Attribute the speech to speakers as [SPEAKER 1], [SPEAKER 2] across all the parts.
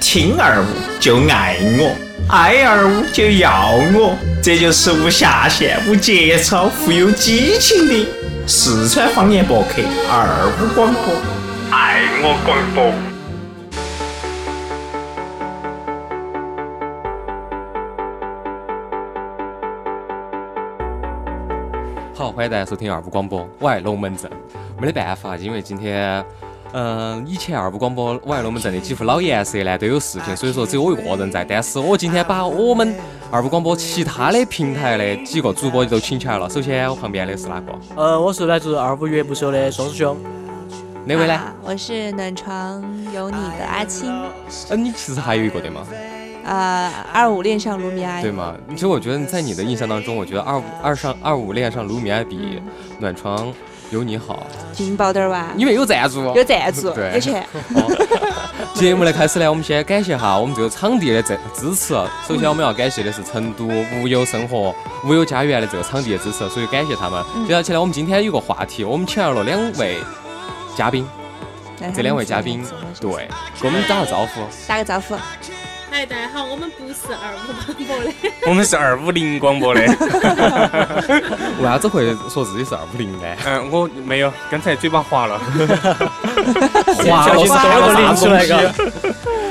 [SPEAKER 1] 听二五就爱我，爱二五就要我，这就是无下限、无节操、富有激情的四川方言博客二五广播，爱我广播。
[SPEAKER 2] 好，欢迎大家收听二五广播，我爱龙门阵。没得办法，因为今天，嗯、以前二五广播我爱龙门阵的几副老颜色呢都有事情，所以说只有我一个人在。但是我今天把我们二五广播其他的平台的几个主播都请起来了。首先我旁边的是哪个？
[SPEAKER 3] 呃，我是来自二五月不休的双师兄。
[SPEAKER 2] 哪位呢？
[SPEAKER 4] 啊我是暖床有你的阿青，
[SPEAKER 2] 嗯、你其实还有一个对吗？
[SPEAKER 4] 呃，二五恋上卢米埃
[SPEAKER 2] 对，吗？其实我觉得在你的印象当中，我觉得二五二上二五恋上卢米埃比暖床有你好，
[SPEAKER 4] 劲爆点儿吧，
[SPEAKER 2] 因为有赞助。
[SPEAKER 4] 有赞助，
[SPEAKER 2] 对
[SPEAKER 4] 有钱，
[SPEAKER 2] 节目的开始呢，我们先感谢一下我们这个场地的这支持。啊首先我们要感谢的是成都无忧生活、无忧家园的这个场地的支持，所以感谢他们。
[SPEAKER 5] 嗯
[SPEAKER 2] 接下起来，我们今天有个话题，我们请来了两位嘉宾，
[SPEAKER 4] 来
[SPEAKER 2] 这两位嘉宾
[SPEAKER 5] 嗯
[SPEAKER 2] 对，给我们打个招呼。
[SPEAKER 4] 打个招呼，
[SPEAKER 6] 嗨，大家好，我们不是二五广播 的，
[SPEAKER 5] 我们是二五零广播的。
[SPEAKER 2] 为啥子会啊说自己是二五零呢？
[SPEAKER 5] 嗯，我没有，刚才嘴巴滑了。
[SPEAKER 2] 划了
[SPEAKER 5] 小心多了个
[SPEAKER 2] 啥
[SPEAKER 5] 零出
[SPEAKER 2] 东
[SPEAKER 5] 来
[SPEAKER 2] 西？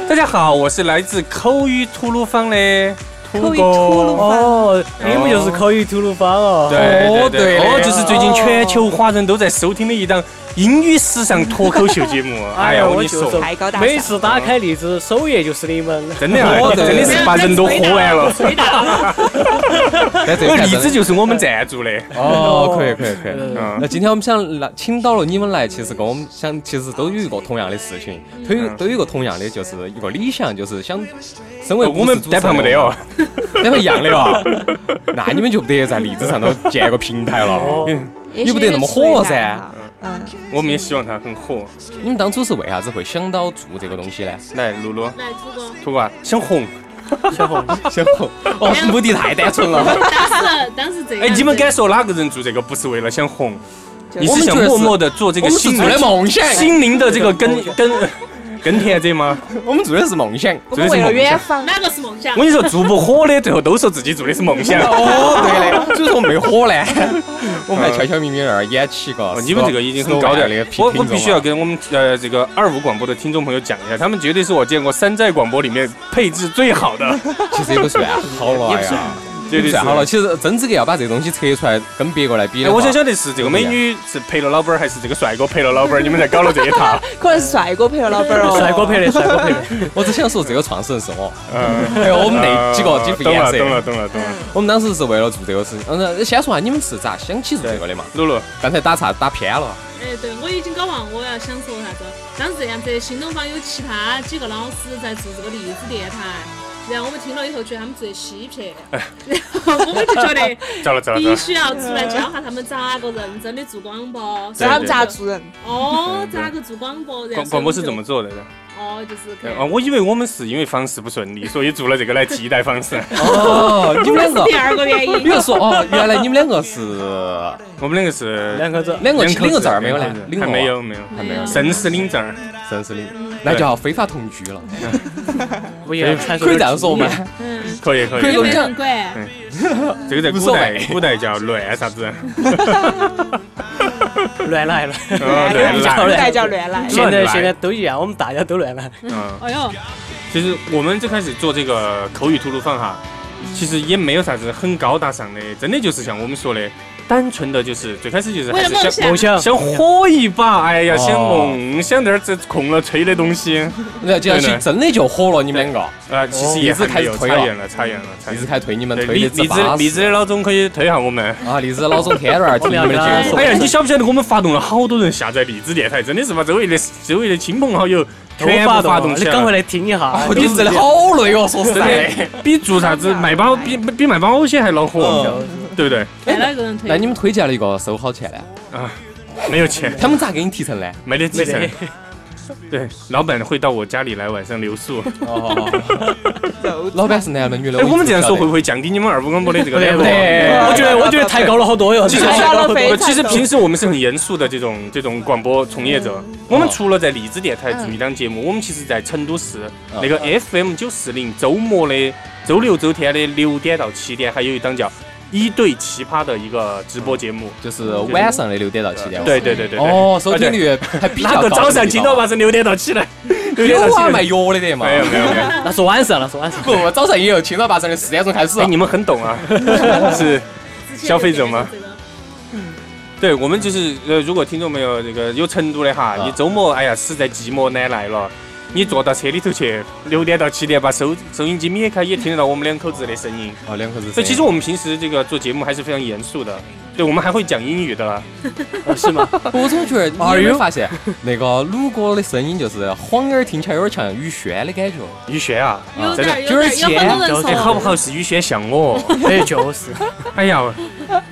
[SPEAKER 5] 大家好，我是来自口语吐鲁番的
[SPEAKER 4] 口
[SPEAKER 5] 土
[SPEAKER 4] 语吐鲁
[SPEAKER 5] 哥。
[SPEAKER 4] 番
[SPEAKER 3] 哦，你们就是口语吐鲁番哦。
[SPEAKER 5] 对
[SPEAKER 2] 哦对
[SPEAKER 5] 哦，
[SPEAKER 2] 的
[SPEAKER 5] 就是最近全球华人都在收听的一档英语时尚脱口秀节目。哎呀，我跟你
[SPEAKER 3] 就
[SPEAKER 5] 说
[SPEAKER 3] 是，
[SPEAKER 4] 太高大上
[SPEAKER 3] 每次打开荔枝首页就是你们。
[SPEAKER 5] 真的啊，
[SPEAKER 2] 哦对
[SPEAKER 5] 真的是把人都喝完了。
[SPEAKER 2] 但这
[SPEAKER 5] 这
[SPEAKER 2] 个
[SPEAKER 5] 个
[SPEAKER 2] 还
[SPEAKER 5] 例
[SPEAKER 2] 真
[SPEAKER 5] 子就是我们赞助的。
[SPEAKER 2] 哦，可以可以可以。
[SPEAKER 5] 嗯
[SPEAKER 2] 那，今天我们想来请到了你们来，其实跟我们想，其实都有一个同样的事情，都有
[SPEAKER 5] 嗯
[SPEAKER 2] 都有一个同样的，就是一个理想，就是想身为
[SPEAKER 5] 我们单
[SPEAKER 2] 盘
[SPEAKER 5] 旁没得哦，，
[SPEAKER 2] 单盘一样的吧？那你们就不得在荔枝上头建个平台了嗯
[SPEAKER 3] 哦？
[SPEAKER 4] 也
[SPEAKER 2] 你
[SPEAKER 4] 是
[SPEAKER 2] 不得那么火了噻
[SPEAKER 4] 哈。嗯，
[SPEAKER 5] 我们也希望它很火。
[SPEAKER 2] 你们当初是为啥子会想到做这个东西呢？
[SPEAKER 5] 来，露露，
[SPEAKER 6] 来土哥。
[SPEAKER 5] 土哥啊想红。
[SPEAKER 2] 想哦，目的太单纯了。
[SPEAKER 6] 当时当时这样
[SPEAKER 5] 哎，
[SPEAKER 6] 子，
[SPEAKER 5] 你们敢说哪个人做这个不是为了想红？
[SPEAKER 4] 就
[SPEAKER 5] 你
[SPEAKER 2] 我
[SPEAKER 5] 是
[SPEAKER 2] 们
[SPEAKER 5] 想
[SPEAKER 2] 觉得
[SPEAKER 5] 默
[SPEAKER 2] 是
[SPEAKER 5] 默的做这
[SPEAKER 2] 我
[SPEAKER 5] 个
[SPEAKER 2] 们是
[SPEAKER 5] 心
[SPEAKER 2] 做的
[SPEAKER 5] 灵
[SPEAKER 2] 梦想，
[SPEAKER 5] 心灵的这个 耕耕耕田者吗？
[SPEAKER 2] 我们做的是梦想。
[SPEAKER 4] 我们为了远方，
[SPEAKER 6] 哪个是梦想
[SPEAKER 5] 我？跟你说，做不火的最后都说自己做的是梦 想。
[SPEAKER 2] 哦，对的，所以说没火呢。我们来悄悄咪咪那儿演起个
[SPEAKER 5] 嗯哦，
[SPEAKER 2] 十个。
[SPEAKER 5] 你们这个已经很高调
[SPEAKER 2] 十个万的
[SPEAKER 5] 我
[SPEAKER 2] 品
[SPEAKER 5] 我
[SPEAKER 2] 种
[SPEAKER 5] 必须要
[SPEAKER 2] 了
[SPEAKER 5] 跟我们呃这个二五广播的听众朋友讲一下，他们绝对是我见过山寨广播里面配置最 好的，
[SPEAKER 2] 其实也不
[SPEAKER 5] 啊
[SPEAKER 2] 算好了哎呀，
[SPEAKER 5] 绝对是
[SPEAKER 2] 算好了。。其实真这个要把这东西扯出来跟别个来比
[SPEAKER 5] 哎，
[SPEAKER 2] 的话，
[SPEAKER 5] 我想晓得是这个美女是陪了老板儿，还是这个帅哥陪了老板儿？你们在搞了这 一套，
[SPEAKER 4] 可能是帅哥陪了老板 哦，
[SPEAKER 3] 帅哥陪的，帅哥陪的。
[SPEAKER 2] 我只想说这个创始人是我。
[SPEAKER 5] 嗯，
[SPEAKER 2] 还有哎我们那几个几副
[SPEAKER 5] 哦懂
[SPEAKER 2] 颜
[SPEAKER 5] 了，懂
[SPEAKER 2] 色
[SPEAKER 5] 了，，懂了，懂了。
[SPEAKER 2] 我们当时是为了做这个事情。嗯，那先说下你们是咋想起做这个的嘛？
[SPEAKER 5] 露露，
[SPEAKER 2] 刚才打岔打偏了。
[SPEAKER 6] 哎，对，我已经搞忘我要想说啥子。当时这样子，新东方有其他几个老师在做这个荔枝电台，然后我们听了以后觉得他们做的稀撇，
[SPEAKER 5] 哎
[SPEAKER 6] 然后 我们就 觉得
[SPEAKER 5] 糟了，糟了，糟
[SPEAKER 6] 必
[SPEAKER 5] 了。
[SPEAKER 6] 须要出来教下他们咋个认真的做广播，
[SPEAKER 4] 教他们咋做人，
[SPEAKER 6] 哦，咋个做广播？然
[SPEAKER 5] 广
[SPEAKER 6] 后
[SPEAKER 5] 广播是怎么做的？
[SPEAKER 6] 哦，就是可以
[SPEAKER 5] 啊，我以为我们是因为方式不顺利，所以做了这个来替代方式。
[SPEAKER 2] 哦，你们两 个
[SPEAKER 6] 第，二个原因
[SPEAKER 2] 比。如说哦，原来你们两个是
[SPEAKER 5] 我们两个是
[SPEAKER 3] 两口子，
[SPEAKER 2] 两个
[SPEAKER 5] 两
[SPEAKER 2] 领
[SPEAKER 5] 口
[SPEAKER 2] 个
[SPEAKER 5] 子
[SPEAKER 2] 证儿没有呢
[SPEAKER 5] 两口子？
[SPEAKER 2] 领啊
[SPEAKER 5] 还
[SPEAKER 2] 了吗
[SPEAKER 5] 没有，没有，
[SPEAKER 6] 还没有
[SPEAKER 5] 绅士领证儿。
[SPEAKER 2] 真是的，那就要非法同居了，
[SPEAKER 3] 不也传说
[SPEAKER 2] 可以这样说吗？
[SPEAKER 6] 嗯，
[SPEAKER 5] 可以可
[SPEAKER 2] 可以
[SPEAKER 5] 以
[SPEAKER 2] 用
[SPEAKER 6] 有，没有人管？
[SPEAKER 5] 这个在
[SPEAKER 2] 无
[SPEAKER 5] 古
[SPEAKER 2] 所
[SPEAKER 5] 代
[SPEAKER 2] 谓
[SPEAKER 5] 古代叫乱啊啥子？
[SPEAKER 3] 乱来了。
[SPEAKER 5] 嗯，乱
[SPEAKER 3] 叫
[SPEAKER 5] 来。
[SPEAKER 3] 乱
[SPEAKER 4] 代叫乱来，
[SPEAKER 3] 现在现在都一样，我们大家都乱来。
[SPEAKER 5] 嗯，
[SPEAKER 6] 哎呦，
[SPEAKER 5] 其实我们最开始做这个口语吐鲁番哈，其实也没有啥子很高大上的，真的就是像我们说的，单纯的就是最开始就是
[SPEAKER 6] 为
[SPEAKER 5] 还
[SPEAKER 6] 了
[SPEAKER 5] 是
[SPEAKER 6] 梦
[SPEAKER 5] 想。
[SPEAKER 4] 啊
[SPEAKER 6] 想
[SPEAKER 3] 梦，想
[SPEAKER 5] 想火一把，哎呀，想
[SPEAKER 2] 哦
[SPEAKER 5] 梦想点儿这空了吹的东西，
[SPEAKER 2] 然后接下去真的就火了，你们两个
[SPEAKER 5] 啊，其实
[SPEAKER 2] 哦
[SPEAKER 5] 也
[SPEAKER 2] 一直
[SPEAKER 5] 还
[SPEAKER 2] 开
[SPEAKER 5] 没
[SPEAKER 2] 始
[SPEAKER 5] 有，
[SPEAKER 2] 推
[SPEAKER 5] 差
[SPEAKER 2] 了
[SPEAKER 5] 远了，差远了，差
[SPEAKER 2] 荔枝
[SPEAKER 5] 远了。
[SPEAKER 2] 开推你们
[SPEAKER 5] 对，
[SPEAKER 2] 推
[SPEAKER 5] 荔
[SPEAKER 2] 的
[SPEAKER 5] 荔
[SPEAKER 2] 之
[SPEAKER 5] 枝
[SPEAKER 2] 巴
[SPEAKER 5] 荔枝
[SPEAKER 2] 适
[SPEAKER 5] 的老总可以推下我们。
[SPEAKER 2] 啊，荔枝老总天天在那儿听你们的解说
[SPEAKER 5] 哎哎。呀，你晓不晓得我们发动了好多人下载荔枝电台，真的是把周围的周围的亲朋好友
[SPEAKER 3] 都
[SPEAKER 5] 全部
[SPEAKER 3] 发
[SPEAKER 5] 发
[SPEAKER 3] 动
[SPEAKER 5] 动
[SPEAKER 3] 了，
[SPEAKER 5] 起
[SPEAKER 3] 你赶快
[SPEAKER 5] 来。
[SPEAKER 3] 来听一下
[SPEAKER 2] 哦，。你真的好累哦，说实在。
[SPEAKER 5] 真的比做啥子卖保比比卖保险还恼火，对不对？啊
[SPEAKER 6] 来了一个人推。
[SPEAKER 2] 那你们推荐了一个收好钱呢？
[SPEAKER 5] 没有钱，
[SPEAKER 2] 他们咋给你提成呢？
[SPEAKER 5] 没得提成
[SPEAKER 3] 没，
[SPEAKER 5] 对，老板会到我家里来晚上留 宿。
[SPEAKER 2] 哦，
[SPEAKER 4] 肉
[SPEAKER 2] 老板是男的女的？
[SPEAKER 5] 哎，我们这样说会
[SPEAKER 2] 会
[SPEAKER 5] 不会降低你们二五广播的这 个啊
[SPEAKER 3] 不对
[SPEAKER 5] 难
[SPEAKER 3] 不
[SPEAKER 5] 度？
[SPEAKER 3] 对，我觉得我觉得抬高了好多哟，
[SPEAKER 5] 其实
[SPEAKER 4] 太高 了，肥
[SPEAKER 5] 呃，
[SPEAKER 4] 太
[SPEAKER 5] 其实
[SPEAKER 4] 高
[SPEAKER 5] 平时我们是很严肃的这种这种广播从业者。
[SPEAKER 2] 嗯
[SPEAKER 5] 我们除了在荔枝电台做一档节目，我们其实在成都市
[SPEAKER 2] 嗯
[SPEAKER 5] 那个 FM 九四零周末的周六周天的六点到七点，还有一档叫《一对奇葩》的一个直播节目。
[SPEAKER 2] 就是晚上的六点到七点。
[SPEAKER 5] 对对对对对。
[SPEAKER 2] 嗯哦，收听率还比较
[SPEAKER 5] 哪
[SPEAKER 2] 高。
[SPEAKER 5] 个早上听到嘛？是六点到 七点，六点到
[SPEAKER 2] 有啊，
[SPEAKER 5] 七
[SPEAKER 2] 卖
[SPEAKER 5] 点。
[SPEAKER 2] 药的得嘛。
[SPEAKER 5] 没有没 有没有。
[SPEAKER 3] 那是晚上，那是晚上。
[SPEAKER 2] 不，早上也有，清早八晨的四点钟开始
[SPEAKER 5] 哎，。你们很懂 啊，是。
[SPEAKER 6] 之前就
[SPEAKER 5] 消费者吗
[SPEAKER 6] 讲过
[SPEAKER 5] 对，我们就是呃，如果听众朋友这个有成都的哈，
[SPEAKER 2] 啊
[SPEAKER 5] 你周末哎呀实在寂寞难耐了，你坐到车里头去，六点到七点把收收音机灭开，也听得到我们两口子的声音。
[SPEAKER 2] 哦，两口子。
[SPEAKER 5] 所以其实我们平时这个做节目还是非常严肃的，对我们还会讲英语 的啦。
[SPEAKER 2] 哦
[SPEAKER 3] 是吗？
[SPEAKER 2] 我总觉得，你有没有发现哎 那个鲁哥的声音就是晃耳听起来有点像宇轩的感觉？
[SPEAKER 5] 宇轩啊，
[SPEAKER 6] 这个有
[SPEAKER 5] 真
[SPEAKER 6] 点
[SPEAKER 5] 的
[SPEAKER 6] 儿，有点儿，有很多人
[SPEAKER 5] 哎，
[SPEAKER 6] 说，
[SPEAKER 5] 好不好？是宇轩 像我，
[SPEAKER 3] 哎，就是。
[SPEAKER 5] 哎呀，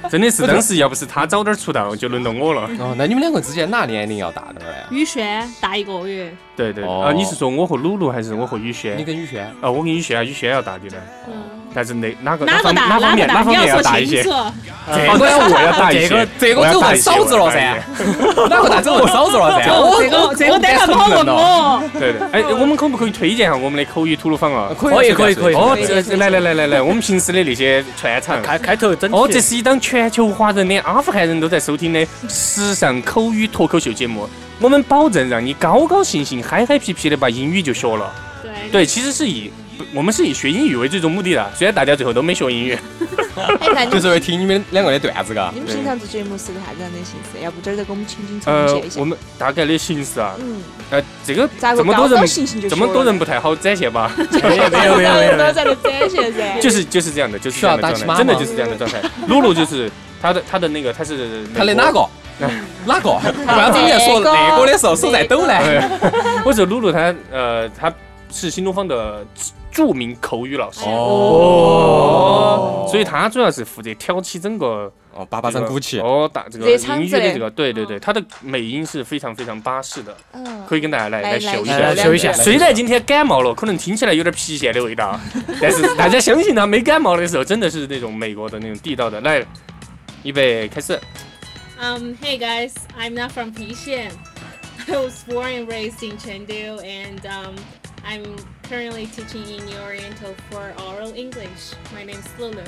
[SPEAKER 5] 真的是当时要不是他早点出道，就轮到我了。
[SPEAKER 2] 哦，那你们两个之间哪年龄要大点儿嘞？
[SPEAKER 6] 宇轩大一个月，
[SPEAKER 5] 对对，
[SPEAKER 2] 哦
[SPEAKER 5] 啊，你是说我和露露还是我和宇轩？
[SPEAKER 2] 你跟宇轩？
[SPEAKER 5] 啊，我跟宇轩啊，宇轩要大点的，
[SPEAKER 6] 嗯，
[SPEAKER 5] 但是哪哪个
[SPEAKER 6] 哪个
[SPEAKER 5] 方
[SPEAKER 6] 大
[SPEAKER 5] 哪方
[SPEAKER 6] 个
[SPEAKER 5] 面
[SPEAKER 6] 大？
[SPEAKER 5] 哪
[SPEAKER 6] 你
[SPEAKER 5] 方面
[SPEAKER 6] 要
[SPEAKER 5] 要大
[SPEAKER 6] 说
[SPEAKER 5] 一
[SPEAKER 6] 清
[SPEAKER 5] 些
[SPEAKER 6] 楚。。
[SPEAKER 2] 哎
[SPEAKER 5] 这
[SPEAKER 2] 啊
[SPEAKER 5] 个我要大一些，
[SPEAKER 2] 这个只有问嫂子了噻， 哪个大只问嫂子了噻？
[SPEAKER 6] 哦
[SPEAKER 2] 我
[SPEAKER 6] 这个这个单还不好问。我。
[SPEAKER 5] 对对，哎，我们可不可以推荐一下我们的口语吐鲁番啊？
[SPEAKER 2] 嗯呃可以可以可以。
[SPEAKER 5] 哦，这这来来来来来，我们平时的那些串场。
[SPEAKER 3] 开开头整体
[SPEAKER 5] 哦，这是一档全球华人连阿富汗人都在收听的时尚口语脱口秀节目，我们保证让你高高兴兴、嗨嗨皮皮的把英语就学了。
[SPEAKER 6] 对
[SPEAKER 5] 对，其实是以不我们是以学英语为最终目的的，虽然大家最后都没学英语。
[SPEAKER 4] 哎，那
[SPEAKER 2] 就
[SPEAKER 4] 你
[SPEAKER 2] 是为听你们两个的段子嘎
[SPEAKER 4] 你。们
[SPEAKER 5] 对
[SPEAKER 4] 平常做节目是个啥子样的形式？要不今儿再给我们轻轻重
[SPEAKER 5] 呃
[SPEAKER 4] 介一，下
[SPEAKER 5] 我。们大概的形式啊，
[SPEAKER 4] 嗯，
[SPEAKER 5] 呃，这个
[SPEAKER 4] 咋
[SPEAKER 5] 这
[SPEAKER 4] 个
[SPEAKER 5] 么多
[SPEAKER 4] 高
[SPEAKER 5] 人
[SPEAKER 4] 高兴兴就
[SPEAKER 5] 这么多人不太好展现吧？
[SPEAKER 3] 没有没有没有没有没
[SPEAKER 4] 都
[SPEAKER 3] 有，
[SPEAKER 4] 在那展现噻。
[SPEAKER 5] 就是就是这样的，就是这样的
[SPEAKER 2] 需
[SPEAKER 5] 状
[SPEAKER 2] 要打
[SPEAKER 5] 态，真的
[SPEAKER 2] 起码吗
[SPEAKER 5] 就是这样的状态。露露就是她的她的那个她是
[SPEAKER 2] 他的哪
[SPEAKER 5] 个？
[SPEAKER 2] 个？哪 个？不要整天说那个的时候手在抖嘞。
[SPEAKER 5] 我说露露她呃她是新东方的著名口语老师
[SPEAKER 2] 哦
[SPEAKER 5] 所以她主要是负责挑起整个
[SPEAKER 2] 哦，爸爸
[SPEAKER 5] 这
[SPEAKER 2] 长
[SPEAKER 5] 个
[SPEAKER 2] 鼓起。
[SPEAKER 5] 哦打这个
[SPEAKER 4] 热场
[SPEAKER 5] 英语
[SPEAKER 4] 子
[SPEAKER 5] 的
[SPEAKER 4] 嘞
[SPEAKER 5] 这个对对对，她的美音是非常非常巴适的，
[SPEAKER 4] 嗯，
[SPEAKER 5] 可以跟大家来
[SPEAKER 4] 来
[SPEAKER 5] 秀一
[SPEAKER 3] 来
[SPEAKER 2] 呃
[SPEAKER 3] 来。
[SPEAKER 5] 下
[SPEAKER 3] 修一下
[SPEAKER 2] 来
[SPEAKER 5] 虽然今天感冒了，可能听起来有点郫县的味道，但是大家相信她没感冒的时候，真的是那种美国的那种地道的。来，预备开始。
[SPEAKER 6] Um, hey guys, I'm not from Pishan. I was born and raised in Chengdu, and um, I'm currently teaching in the Oriental for oral English. My name's Lulu.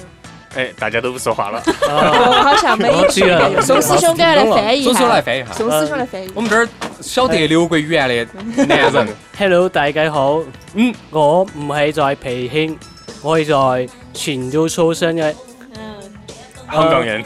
[SPEAKER 5] 哎，大家都不说话了。
[SPEAKER 4] 我好像没
[SPEAKER 3] 哦这个
[SPEAKER 4] 宋师兄给他来翻译一
[SPEAKER 2] 手手来
[SPEAKER 4] 下，
[SPEAKER 2] 翻译一下。嗯
[SPEAKER 4] 宋师兄来翻译。
[SPEAKER 2] 我们这儿晓得刘桂元的男人，
[SPEAKER 3] Hello，大家好。
[SPEAKER 5] 嗯，
[SPEAKER 3] 我唔係在皮興，我係在前都出生嘅。
[SPEAKER 6] Uh,
[SPEAKER 5] 香港人，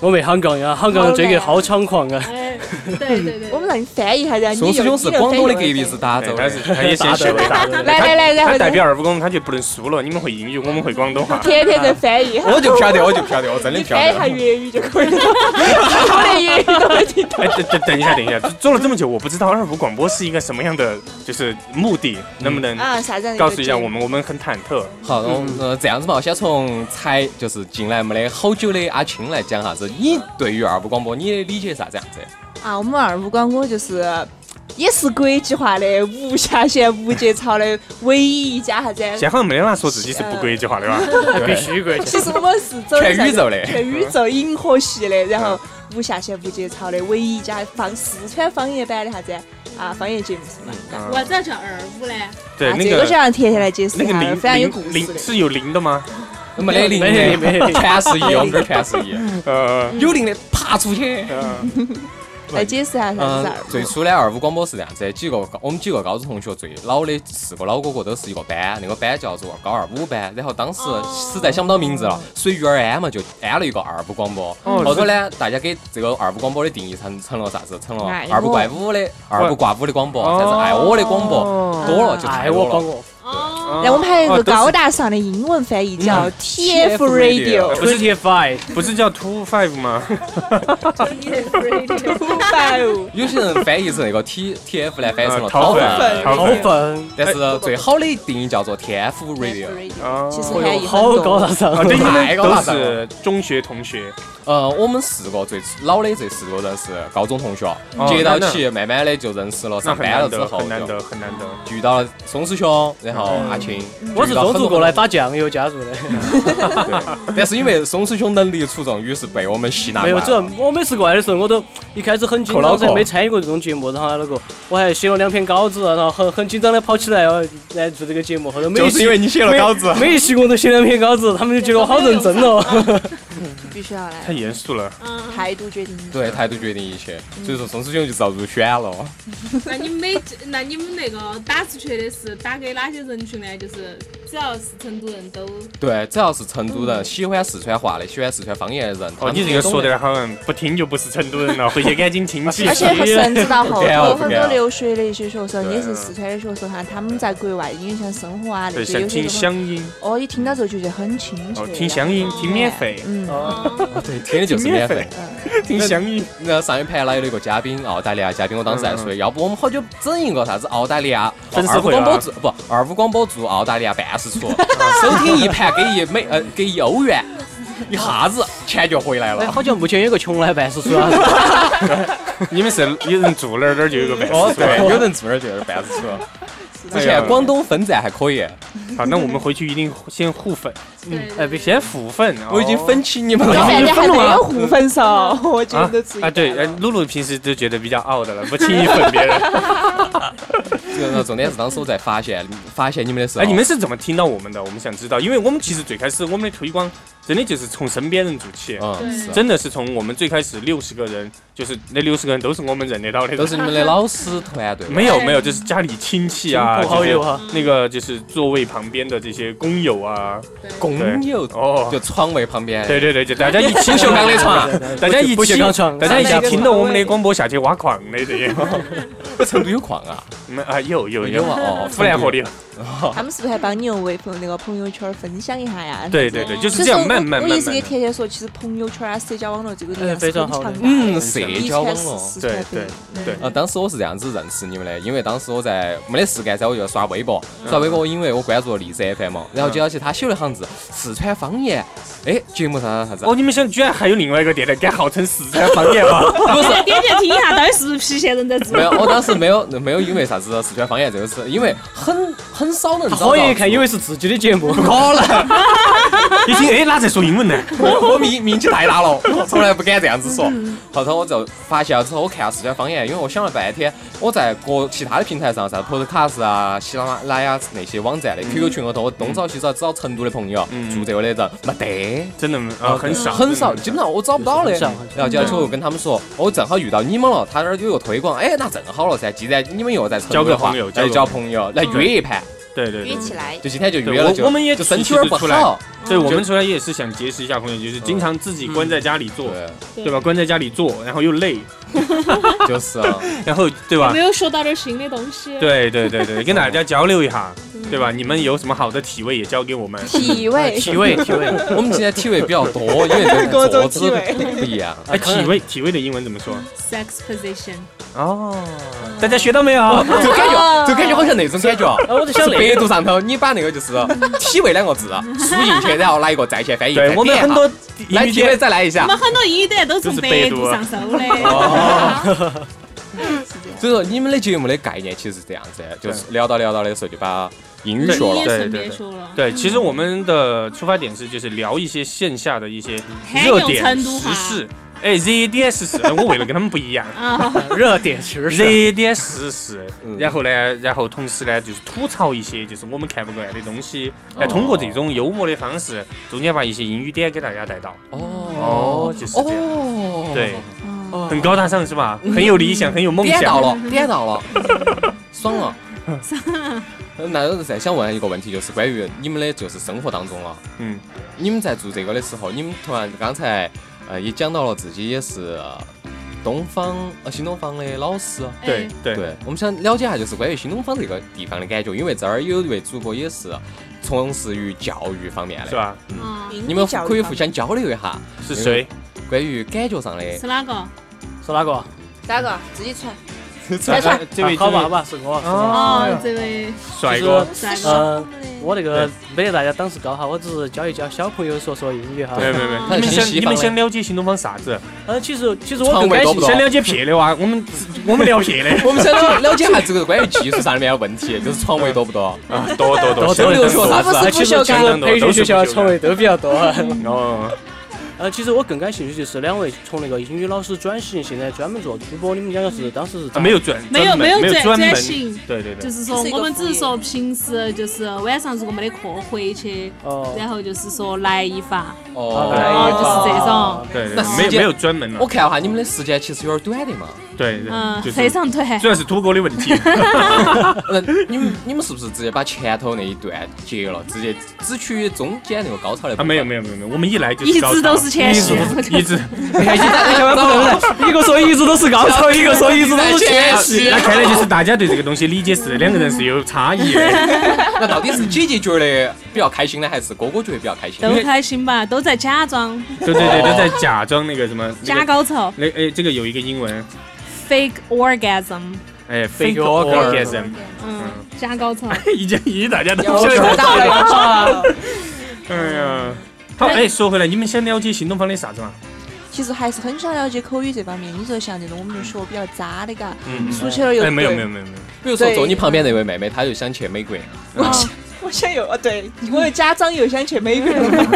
[SPEAKER 3] 我咪香港人啊，香港人嘴叫好猖狂啊！
[SPEAKER 6] I- uh, 对对对，
[SPEAKER 4] 我们让你翻译一下，然后
[SPEAKER 2] 宋
[SPEAKER 4] 你
[SPEAKER 2] 师
[SPEAKER 4] 用
[SPEAKER 2] 兄是广东的隔壁是。打州的
[SPEAKER 5] 对他。哎是他也先学
[SPEAKER 3] 打的
[SPEAKER 4] 来来来，然
[SPEAKER 5] 他
[SPEAKER 4] 后
[SPEAKER 5] 代
[SPEAKER 4] 再
[SPEAKER 5] 表二五公，他就不能输了。你们会英语，我们会广东话。
[SPEAKER 4] 天天在翻译，
[SPEAKER 2] 我就不晓得，我就不晓得，我真的
[SPEAKER 4] 你
[SPEAKER 2] 不晓
[SPEAKER 4] 翻译一下
[SPEAKER 2] 得。
[SPEAKER 4] 粤语就可以了。 我的粤语都没听懂。
[SPEAKER 5] 哎，等等等一下，等一下，做了这么久，我不知道二五广播是一个什么样的就是目的，能不能
[SPEAKER 4] 啊，啥子样的个节目？
[SPEAKER 5] 告诉一下我们？我们很忐忑。
[SPEAKER 2] 好，我们呃这样子嘛，先从才就是进来没得好久的阿青来讲啥子。你对于二五广播你的理解啥子样子？
[SPEAKER 4] 啊，我们二五广播就是也是国际化的无下限、无节操的唯一一家啥子？
[SPEAKER 5] 现在好像没得人说自己是不国际化的吧？
[SPEAKER 3] 必須嘅，
[SPEAKER 4] 其实我们是走
[SPEAKER 2] 全宇宙的
[SPEAKER 4] 全宇宙银河系的，然后无下限、无节操的唯一一家放四川方言版的啥子啊方言节目是吗？
[SPEAKER 5] 嗯
[SPEAKER 6] 我咋叫二五嘞？
[SPEAKER 5] 对，
[SPEAKER 4] 啊
[SPEAKER 5] 那
[SPEAKER 4] 这个就
[SPEAKER 5] 个
[SPEAKER 4] 让甜甜来解释
[SPEAKER 5] 那
[SPEAKER 4] 一
[SPEAKER 5] 个
[SPEAKER 4] 下，
[SPEAKER 5] 零
[SPEAKER 4] 非常有故
[SPEAKER 5] 零
[SPEAKER 4] 事
[SPEAKER 5] 零
[SPEAKER 4] 的。
[SPEAKER 5] 是有零的吗？
[SPEAKER 2] 没得零
[SPEAKER 3] 没没
[SPEAKER 2] 的，
[SPEAKER 3] 没
[SPEAKER 2] 全是一，我们这儿全是一。
[SPEAKER 4] 嗯
[SPEAKER 5] 呃，
[SPEAKER 2] 有零的爬出去。
[SPEAKER 5] 呃
[SPEAKER 4] 来解释一下啥子是
[SPEAKER 2] 嗯
[SPEAKER 4] 二，
[SPEAKER 2] 最初的二五广播是这样子的，几个高我们几个高中同学最老的四个老哥哥都是一个班，那个班叫做高二五班。然后当时实在想不到名字了，随遇而安嘛，就安了一个二五广播。
[SPEAKER 5] 哦
[SPEAKER 2] 后头呢，大家给这个二五广播的定义成成了啥子？成了
[SPEAKER 4] 哎呦
[SPEAKER 2] 二五
[SPEAKER 5] 哦
[SPEAKER 2] 怪
[SPEAKER 4] 哎
[SPEAKER 2] 五的二五挂五的广播，才是爱我的广播，多了就
[SPEAKER 3] 愛
[SPEAKER 2] 太
[SPEAKER 3] 哎我
[SPEAKER 2] 多
[SPEAKER 3] 講
[SPEAKER 2] 了。
[SPEAKER 3] 我，
[SPEAKER 6] 哦，
[SPEAKER 5] 哦
[SPEAKER 4] 然后我们还有一
[SPEAKER 5] 哦
[SPEAKER 4] 个
[SPEAKER 5] 都是
[SPEAKER 4] 高大上的英文翻译叫
[SPEAKER 5] 嗯
[SPEAKER 4] TF
[SPEAKER 5] TF Radio
[SPEAKER 4] Radio，
[SPEAKER 5] 不是
[SPEAKER 3] Twenty Five，
[SPEAKER 5] 不是叫 Two Five 吗？
[SPEAKER 2] 有些人翻译成那个 T T F 呢，翻译成了
[SPEAKER 5] 啊桃粉
[SPEAKER 2] 粉，
[SPEAKER 5] 桃
[SPEAKER 3] 好粉，
[SPEAKER 2] 但是最好的定义叫做 T F Radio。
[SPEAKER 5] 哦
[SPEAKER 4] 其实
[SPEAKER 3] 哦
[SPEAKER 4] 含
[SPEAKER 3] 哟，
[SPEAKER 4] 义很
[SPEAKER 3] 好高
[SPEAKER 4] 多
[SPEAKER 3] 大。上
[SPEAKER 5] 啊，，对，因为
[SPEAKER 2] 太高
[SPEAKER 5] 都
[SPEAKER 2] 大上
[SPEAKER 5] 是
[SPEAKER 2] 了
[SPEAKER 5] 中学同学，
[SPEAKER 2] 呃，我们四个最老的这四个人是高中同学，接到起，慢慢的就认识了，
[SPEAKER 4] 啊
[SPEAKER 5] 那
[SPEAKER 2] 上
[SPEAKER 5] 很
[SPEAKER 2] 班了
[SPEAKER 5] 难
[SPEAKER 2] 之
[SPEAKER 5] 得，
[SPEAKER 2] 后
[SPEAKER 5] 很难
[SPEAKER 2] 就
[SPEAKER 5] 得，很难得。
[SPEAKER 2] 遇到了松师兄，然后阿青，
[SPEAKER 3] 我是中途过来
[SPEAKER 2] 打，
[SPEAKER 3] 打酱油加入的。
[SPEAKER 2] 但是因为松师兄能力出众，于是被我们吸纳
[SPEAKER 3] 没有，
[SPEAKER 2] 过来
[SPEAKER 3] 主要我每次过来的时候，我都一开始很紧
[SPEAKER 2] 扣脑
[SPEAKER 3] 张
[SPEAKER 2] 壳
[SPEAKER 3] 噻，没参与过这种节目，然后那个我还写了两篇稿子，然后很很紧张的跑起来要来做这个节目，后头每
[SPEAKER 2] 就
[SPEAKER 3] 一
[SPEAKER 2] 是
[SPEAKER 3] 期
[SPEAKER 2] 因为你写了稿子，
[SPEAKER 3] 每一期我都写两篇稿子，他们就觉得我好认真哦。
[SPEAKER 4] 必须要
[SPEAKER 5] 太
[SPEAKER 4] 来，
[SPEAKER 5] 严肃了，
[SPEAKER 6] Um,
[SPEAKER 4] 态度决 定一切。
[SPEAKER 2] 对，态度决定一切，所以说松师兄就遭入选了。
[SPEAKER 6] 那你们每那你们那个打出去的是打给哪些人群呢？就是只要是成都人都
[SPEAKER 2] 对，只要是成都人，喜欢四川话的，喜欢四川方言的人，他
[SPEAKER 5] 哦，
[SPEAKER 4] 啊
[SPEAKER 2] 们
[SPEAKER 5] 你这个
[SPEAKER 2] 都
[SPEAKER 5] 说
[SPEAKER 2] 懂
[SPEAKER 5] 的好像不听就不是成都 人了，回去赶紧听起。
[SPEAKER 4] 而且很甚至到 后
[SPEAKER 2] 不干了
[SPEAKER 4] 头，
[SPEAKER 2] 不
[SPEAKER 4] 很
[SPEAKER 2] 干
[SPEAKER 4] 多
[SPEAKER 2] 了
[SPEAKER 4] 留学的一些学生，
[SPEAKER 2] 对
[SPEAKER 4] 也是四川的学生哈，他们在国外因为像生活啊
[SPEAKER 5] 对，
[SPEAKER 4] 那些，
[SPEAKER 5] 想
[SPEAKER 4] 有些
[SPEAKER 5] 听
[SPEAKER 4] 地方
[SPEAKER 5] 乡音，
[SPEAKER 4] 哦，一听到这就觉得很亲切
[SPEAKER 5] 哦，，听乡音，听免费，
[SPEAKER 4] 嗯，
[SPEAKER 2] 哦对，听的就是免费。
[SPEAKER 5] 听乡音。
[SPEAKER 2] 那上一盘来了一个嘉宾，澳大利亚嘉宾，我当时在
[SPEAKER 5] 嗯
[SPEAKER 2] 说，要不我们好久整一个啥子澳大利亚
[SPEAKER 5] 粉丝
[SPEAKER 2] 二五
[SPEAKER 5] 会啊
[SPEAKER 2] 广播驻不二五广播驻澳大利亚办事处， 收听一盘给一美呃给一欧元，一下子钱就回来
[SPEAKER 3] 哎，
[SPEAKER 2] 了。
[SPEAKER 3] 好像目前有个穷来办事处啊，
[SPEAKER 4] 嗯
[SPEAKER 5] 你们是有人住那儿，那儿就有个办
[SPEAKER 2] 哦
[SPEAKER 5] 事，处。
[SPEAKER 2] 对，有人住那儿就是办事处。之
[SPEAKER 5] 哎
[SPEAKER 2] 前广东分站还可以，
[SPEAKER 5] 哦好，那我们回去一定先互粉，
[SPEAKER 6] 对
[SPEAKER 5] 哎，不，先互粉。
[SPEAKER 2] 我已经
[SPEAKER 5] 哦
[SPEAKER 2] 分起你们
[SPEAKER 4] 这
[SPEAKER 2] 了。
[SPEAKER 4] 现在还没 有互粉噻，我觉
[SPEAKER 5] 啊
[SPEAKER 4] 得自己
[SPEAKER 5] 啊，对，哎，露露平时都觉得比较傲的了，不轻易粉别人。
[SPEAKER 2] 呃重点是当时我在发现发现你们的时候，
[SPEAKER 5] 哎，你们是怎么听到我们的？我们想知道，因为我们其实最开始我们的推广真的就是从身边人做起，
[SPEAKER 2] 嗯
[SPEAKER 6] 对
[SPEAKER 2] 是
[SPEAKER 5] 真的是从我们最开始六十个人，就是那六十个人都是我们认得到的，
[SPEAKER 2] 都是你们的老师团队。
[SPEAKER 5] 没有没有，就是家里亲戚啊，
[SPEAKER 3] 不好
[SPEAKER 5] 这些
[SPEAKER 3] 友啊，
[SPEAKER 5] 那个就是座位旁边的这些工友啊，
[SPEAKER 2] 工友
[SPEAKER 5] 哦
[SPEAKER 2] 就，床位旁边，
[SPEAKER 5] 对对对，就大家一 起
[SPEAKER 2] 不锈钢的床，
[SPEAKER 5] 大家一
[SPEAKER 3] 不
[SPEAKER 5] 起
[SPEAKER 3] 锈钢床，
[SPEAKER 5] 大家一
[SPEAKER 3] 上下
[SPEAKER 5] 起
[SPEAKER 3] 铺
[SPEAKER 5] 听到我们的广播下去挖矿的这些，
[SPEAKER 2] 成都有矿啊，
[SPEAKER 5] 嗯啊有有
[SPEAKER 2] 有
[SPEAKER 5] 有，
[SPEAKER 2] 啊，哦，
[SPEAKER 5] 湖南河里有，
[SPEAKER 4] 他们是不是还帮你用微博那个朋友圈分享一下呀？
[SPEAKER 5] 对对对，就
[SPEAKER 4] 其
[SPEAKER 5] 是
[SPEAKER 4] 实
[SPEAKER 5] 这样
[SPEAKER 4] 我
[SPEAKER 5] 慢慢
[SPEAKER 4] 我
[SPEAKER 5] 慢
[SPEAKER 4] 一直给
[SPEAKER 5] 慢。
[SPEAKER 4] 甜甜说，其实朋友圈啊、社交网络这个力
[SPEAKER 3] 哎
[SPEAKER 4] 量
[SPEAKER 3] 非
[SPEAKER 4] 是
[SPEAKER 3] 常
[SPEAKER 4] 很
[SPEAKER 3] 好的
[SPEAKER 4] 强大的。
[SPEAKER 2] 嗯，社交网
[SPEAKER 4] 以前是
[SPEAKER 2] 络。
[SPEAKER 4] 四川
[SPEAKER 5] 对对
[SPEAKER 4] 的
[SPEAKER 5] 对，
[SPEAKER 2] 呃，当时我是这样子认识你们的，因为当时我在没得事干噻，我就刷微博，刷微博，因为我关注了荔枝 FM，然后接到起他写了行字，四川方言，哎，节目上啥子？
[SPEAKER 5] 哦，你们想，居然还有另外一个电台敢号称四川方言吗？
[SPEAKER 2] 不是，
[SPEAKER 6] 点进听一下，到底是不是郫县人 在做
[SPEAKER 2] 没有，我当时没有没有因为啥子四川方言这个词，因为很很少人
[SPEAKER 3] 他
[SPEAKER 2] 找到
[SPEAKER 3] 好一看以为是自己的节目，
[SPEAKER 2] 不可能，
[SPEAKER 5] 一听，哎，哪在说英文呢？
[SPEAKER 2] 我我名名气太大了，我从来不敢这样子说。后头我就发现了之后，我看下四川方言，因为我想了半天，我在各其他的平台上，啥子 Podcast 啊、喜马拉雅那些网站的 QQ 群后头，我东找西找，找成都的朋友
[SPEAKER 5] 嗯
[SPEAKER 2] 做这个的人没得。
[SPEAKER 5] 真的啊，很少，
[SPEAKER 2] 很少，基本上我找不到的
[SPEAKER 3] 很少。
[SPEAKER 2] 然后接下去我跟他们说，我正好遇到你们了，他那儿有个推广，哎，那正好了噻。既然你们又在成都的
[SPEAKER 5] 交个
[SPEAKER 2] 话
[SPEAKER 5] 朋友，
[SPEAKER 2] 那就
[SPEAKER 5] 交
[SPEAKER 2] 交
[SPEAKER 5] 个
[SPEAKER 2] 朋友来约一盘，
[SPEAKER 5] 对对对。
[SPEAKER 4] 起来。
[SPEAKER 2] 就今天就
[SPEAKER 5] 对
[SPEAKER 2] 约了，
[SPEAKER 5] 我
[SPEAKER 2] 就
[SPEAKER 5] 我们也
[SPEAKER 2] 就身体
[SPEAKER 5] 体
[SPEAKER 2] 有
[SPEAKER 5] 恤
[SPEAKER 2] 点不
[SPEAKER 5] 出来
[SPEAKER 2] 好，
[SPEAKER 5] 对我们出来也是想结识一下朋友，就是经常自己关在家里做，
[SPEAKER 2] 对，
[SPEAKER 5] 对吧？关在家里做，然后又累，
[SPEAKER 2] 就是啊。
[SPEAKER 5] 然后对吧
[SPEAKER 6] 没？有学到点新的东西。
[SPEAKER 5] 对对对对，跟大家交流一下，对吧？你们有什么好的体味也交给我们。
[SPEAKER 4] 体味，
[SPEAKER 3] 体 味体味，
[SPEAKER 2] 我们今天体位比较多，因为这个坐姿不一样。
[SPEAKER 6] 啊
[SPEAKER 5] 哎，体味体味的英文怎么说？
[SPEAKER 6] Sex position，
[SPEAKER 5] 哦，
[SPEAKER 3] 大家学到没有？
[SPEAKER 2] 就感觉，就感觉好像那种感觉啊。
[SPEAKER 3] 我就想
[SPEAKER 2] 是
[SPEAKER 3] 那
[SPEAKER 2] 百度上头，你把那个就是“体位”两个字输进去，然后拿一个在线翻译。
[SPEAKER 5] 对我们很多
[SPEAKER 2] 来
[SPEAKER 5] 英语
[SPEAKER 2] 体位
[SPEAKER 5] 节
[SPEAKER 2] 再来一
[SPEAKER 6] 我
[SPEAKER 2] 下。
[SPEAKER 6] 们很多英语单都从
[SPEAKER 5] 就是
[SPEAKER 6] 百
[SPEAKER 5] 百
[SPEAKER 6] 度
[SPEAKER 5] 度啊哦
[SPEAKER 6] 上搜的。
[SPEAKER 2] 所以说你们的节目的概念其实是这样子，就是聊到聊到的时候就把英语说
[SPEAKER 6] 你也
[SPEAKER 2] 了。
[SPEAKER 6] 顺
[SPEAKER 5] 对对
[SPEAKER 6] 便
[SPEAKER 5] 对
[SPEAKER 6] 说了，
[SPEAKER 5] 对，其实我们的出发点是就是聊一些线下的一些
[SPEAKER 6] 很嗯有
[SPEAKER 5] 热点、
[SPEAKER 6] 成都
[SPEAKER 5] 时
[SPEAKER 6] 话
[SPEAKER 5] 事。哎，热点时事，我为了跟他们不一样，
[SPEAKER 6] 啊，
[SPEAKER 3] 热点其实 是
[SPEAKER 5] 热点时事
[SPEAKER 2] 嗯，
[SPEAKER 5] 然后呢，然后同时呢，就是吐槽一些就是我们看不惯的东西，来通过这种幽默的方式，中间把一些英语点给大家带到，
[SPEAKER 2] 哦
[SPEAKER 5] 哦就是这样
[SPEAKER 2] 哦，
[SPEAKER 5] 对，
[SPEAKER 4] 哦
[SPEAKER 5] 很高大上是吧？很有理想，很有梦
[SPEAKER 2] 点到
[SPEAKER 5] 想。
[SPEAKER 2] 了，点到了，爽了。 那我再想问一个问题，就是关于你们的就是生活当中啊了。
[SPEAKER 5] 嗯，
[SPEAKER 2] 你们在做这个的时候，你们突然刚才呃也讲到了自己也是东方呃新东方的老师。啊
[SPEAKER 5] 对对
[SPEAKER 2] 对，我们想了解一下，就是关于新东方这个地方的感觉，因为这儿有一位主播也是从事于教育方面
[SPEAKER 5] 是啊
[SPEAKER 2] 的，
[SPEAKER 5] 吧？
[SPEAKER 6] 嗯，
[SPEAKER 2] 你们可以互相交流一下
[SPEAKER 5] 是谁？
[SPEAKER 2] 关于感觉上的。
[SPEAKER 6] 是哪个？
[SPEAKER 5] 哦
[SPEAKER 3] 是哪个啊？
[SPEAKER 4] 咋个自己传？
[SPEAKER 5] 这位 这位
[SPEAKER 3] 好吧好吧，是我。是我
[SPEAKER 5] 哦
[SPEAKER 6] 哦，这位
[SPEAKER 5] 帅哥，
[SPEAKER 6] 帅哥，
[SPEAKER 3] 嗯，我那个没得大家档次高哈，我只是教一教小朋友说说英语哈。
[SPEAKER 5] 没有没有没
[SPEAKER 6] 他
[SPEAKER 5] 啊有，
[SPEAKER 6] 是
[SPEAKER 5] 你们
[SPEAKER 2] 新
[SPEAKER 5] 想
[SPEAKER 2] 西
[SPEAKER 5] 你
[SPEAKER 2] 方
[SPEAKER 5] 们
[SPEAKER 2] 的
[SPEAKER 5] 想了解新东方啥子？
[SPEAKER 3] 嗯，其实其实我
[SPEAKER 2] 肠
[SPEAKER 3] 更
[SPEAKER 2] 胃
[SPEAKER 3] 感
[SPEAKER 2] 多不多
[SPEAKER 3] 兴趣
[SPEAKER 5] 想了解撇的话，我们 我们聊撇的
[SPEAKER 2] 我们想了了解一下这个关于技术上面的问题，就是床位多不多？
[SPEAKER 5] 啊，多多多，
[SPEAKER 2] 交流说啥子啊？
[SPEAKER 3] 哎其实其实培训学校床位都比较多。
[SPEAKER 5] 哦，
[SPEAKER 3] 呃，其实我更感兴趣就是两位从那个英语老师转型，现在专门做主播，你们两个是当时是
[SPEAKER 5] 啊
[SPEAKER 3] 咋
[SPEAKER 5] 没有转，
[SPEAKER 6] 没有
[SPEAKER 5] 专门
[SPEAKER 6] 没有
[SPEAKER 5] 没
[SPEAKER 6] 转
[SPEAKER 5] 专门
[SPEAKER 6] 转型，
[SPEAKER 5] 对对
[SPEAKER 6] 就
[SPEAKER 5] 对，
[SPEAKER 6] 是说
[SPEAKER 4] 这是一个
[SPEAKER 6] 我们只是
[SPEAKER 4] 副业
[SPEAKER 6] 说平时就是晚上如果没得课回去，
[SPEAKER 3] 哦
[SPEAKER 6] 然后就是说来一发，
[SPEAKER 3] 来
[SPEAKER 6] 哦
[SPEAKER 3] 一
[SPEAKER 6] 就是这
[SPEAKER 3] 发
[SPEAKER 6] 种
[SPEAKER 5] 对对
[SPEAKER 2] 那
[SPEAKER 5] 对，没
[SPEAKER 2] 时间
[SPEAKER 5] 有没有专门的啊
[SPEAKER 2] 我，看了哈，你们的时间其实有点短的嘛。
[SPEAKER 5] 对对，
[SPEAKER 6] 嗯，
[SPEAKER 5] 就是
[SPEAKER 6] 非常短
[SPEAKER 5] 主。要是土狗的问题，
[SPEAKER 2] 那呃你 们你们是不是直接把前头那一段截了，直接只取中间那个高潮的部
[SPEAKER 5] 啊，
[SPEAKER 2] 分？
[SPEAKER 5] 没有没有没有没有，我们一来就
[SPEAKER 6] 一
[SPEAKER 5] 高
[SPEAKER 6] 直
[SPEAKER 5] 潮
[SPEAKER 6] 都是前
[SPEAKER 5] 一
[SPEAKER 6] 戏
[SPEAKER 5] 直都是一直，
[SPEAKER 2] 哎
[SPEAKER 3] 千万不能来， 一个说一直都是高潮，一个说一直都是前戏。
[SPEAKER 5] 那看来就是大家对这个东西理解是两个人是有差 异的，
[SPEAKER 2] 那到底是姐姐觉得比较开心呢，还是哥哥觉得比较开 心？
[SPEAKER 6] 都开心吧，都在假装
[SPEAKER 5] 对对对，都在假装那个什么那
[SPEAKER 6] 假
[SPEAKER 5] 个
[SPEAKER 6] 高潮
[SPEAKER 5] 那哎，这个有一个英文，
[SPEAKER 6] ，fake orgasm，
[SPEAKER 5] 哎
[SPEAKER 3] Fake
[SPEAKER 5] ，fake orgasm，
[SPEAKER 6] 嗯，假高潮。
[SPEAKER 5] 已经已经大家都
[SPEAKER 4] 我
[SPEAKER 5] 晓
[SPEAKER 4] 知
[SPEAKER 5] 得。
[SPEAKER 4] 道了。
[SPEAKER 5] 哎呀，好，哎，说回来，你们想了解新东方的啥子嘛？
[SPEAKER 4] 其实还是很想了解口语这方面。你说像这种我们就学比较渣的嘎，
[SPEAKER 5] 嗯，
[SPEAKER 4] 说起来又
[SPEAKER 5] 哎，没有没有
[SPEAKER 4] 对。
[SPEAKER 5] 没有没有，
[SPEAKER 2] 比如说坐你旁边那位妹妹，她就想去美国，
[SPEAKER 6] 哦
[SPEAKER 4] 我想又哦，对我又假装又想去美国 了，
[SPEAKER 6] 本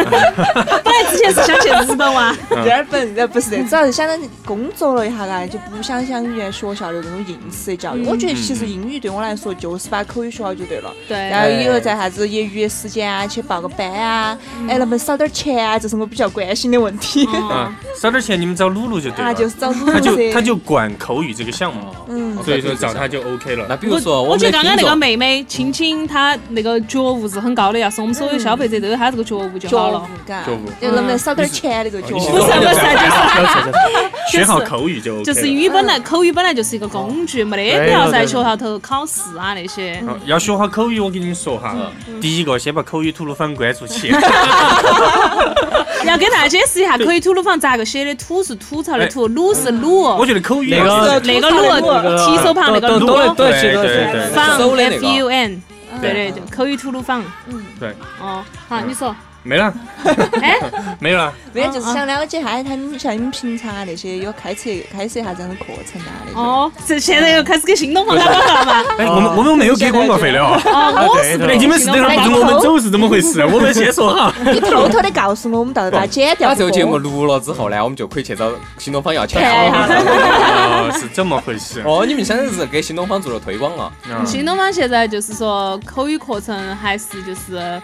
[SPEAKER 6] 来之前是想去日本玩，
[SPEAKER 4] 第二本呃不是的，主要是想到工作了一下嘎，就不想想原学校的那种应试的教育。
[SPEAKER 6] 嗯
[SPEAKER 4] 我觉得其实英语对我来说就是把口语学好就对了。然
[SPEAKER 6] 对，
[SPEAKER 4] 后以后在啥子业余的时间啊，去报个班啊，哎，能不能少点钱啊？这是我比较关心的问题。
[SPEAKER 6] 嗯
[SPEAKER 5] 啊，少点钱你们找露露就 对
[SPEAKER 4] 啊，就
[SPEAKER 5] 了
[SPEAKER 4] 是，找努
[SPEAKER 5] 他 就
[SPEAKER 4] 力
[SPEAKER 5] 他就哦管口语这个项目，
[SPEAKER 4] 嗯，
[SPEAKER 5] 所以说找他就 OK
[SPEAKER 2] 那
[SPEAKER 5] 了。
[SPEAKER 2] 比如说
[SPEAKER 6] 我
[SPEAKER 2] 我们
[SPEAKER 6] 觉
[SPEAKER 2] 的
[SPEAKER 6] 得刚
[SPEAKER 2] 听
[SPEAKER 6] 刚那个
[SPEAKER 2] 众，
[SPEAKER 6] 妹妹青青，她那个觉悟是很高的，要是我们所有消费者都有她这个觉悟就
[SPEAKER 4] 觉
[SPEAKER 6] 好
[SPEAKER 4] 悟
[SPEAKER 6] 了。
[SPEAKER 4] 嘎，
[SPEAKER 5] 觉悟
[SPEAKER 4] 就能不能少点钱啊那个觉
[SPEAKER 5] 你
[SPEAKER 4] 悟
[SPEAKER 6] 不是不是，就是
[SPEAKER 5] 学好口语就 OK 了。
[SPEAKER 6] 就是语本来口语本来就是一个工具，没得必要在学校头考试啊那些。
[SPEAKER 5] 好要学好口语，我跟你们说哈，第一个先把口语吐鲁番关注起，
[SPEAKER 6] 要给大家解释一下，口语吐鲁番咋个写的？吐是吐槽的吐，鲁是鲁，
[SPEAKER 5] 我觉得口语啊
[SPEAKER 3] 那个
[SPEAKER 5] 要是
[SPEAKER 6] 那个 鲁，提手旁那个
[SPEAKER 3] 都
[SPEAKER 6] 鲁
[SPEAKER 3] 都，都
[SPEAKER 5] 对
[SPEAKER 3] 都去
[SPEAKER 5] 啊对
[SPEAKER 3] 都
[SPEAKER 5] 对
[SPEAKER 3] 去。
[SPEAKER 5] 对对，
[SPEAKER 6] 方
[SPEAKER 2] 手的那个
[SPEAKER 6] F U N，对对对，
[SPEAKER 4] 嗯
[SPEAKER 6] 口语吐鲁番。
[SPEAKER 4] 嗯，
[SPEAKER 5] 对。
[SPEAKER 6] 哦，好，你说，
[SPEAKER 5] 没了
[SPEAKER 6] 哎，
[SPEAKER 5] 没了，
[SPEAKER 4] 没有，就是想了解下他们像你们平常啊那些有开设开设啥子样的课程啊那种。
[SPEAKER 6] 哦，这现在又开始给新东方打广告了嘛？
[SPEAKER 5] 哎，我们我们没有给广告费的哦。
[SPEAKER 6] 哦，我是
[SPEAKER 5] 那你们是等会儿不准我们走是怎么回事？我们先说哈。
[SPEAKER 4] 你偷偷的告诉我，我们到底把它剪掉
[SPEAKER 2] 把
[SPEAKER 4] 不
[SPEAKER 2] 这个节目
[SPEAKER 4] 播。
[SPEAKER 2] 录了之后呢，我们就可以去找新东方要钱
[SPEAKER 4] 看一
[SPEAKER 2] 了。
[SPEAKER 4] 下，
[SPEAKER 5] 哦，是这么回事。
[SPEAKER 2] 哎哦，你们现在是给新东方做了推广了，
[SPEAKER 5] 啊
[SPEAKER 6] 新东方现在就是说口语课程还是就是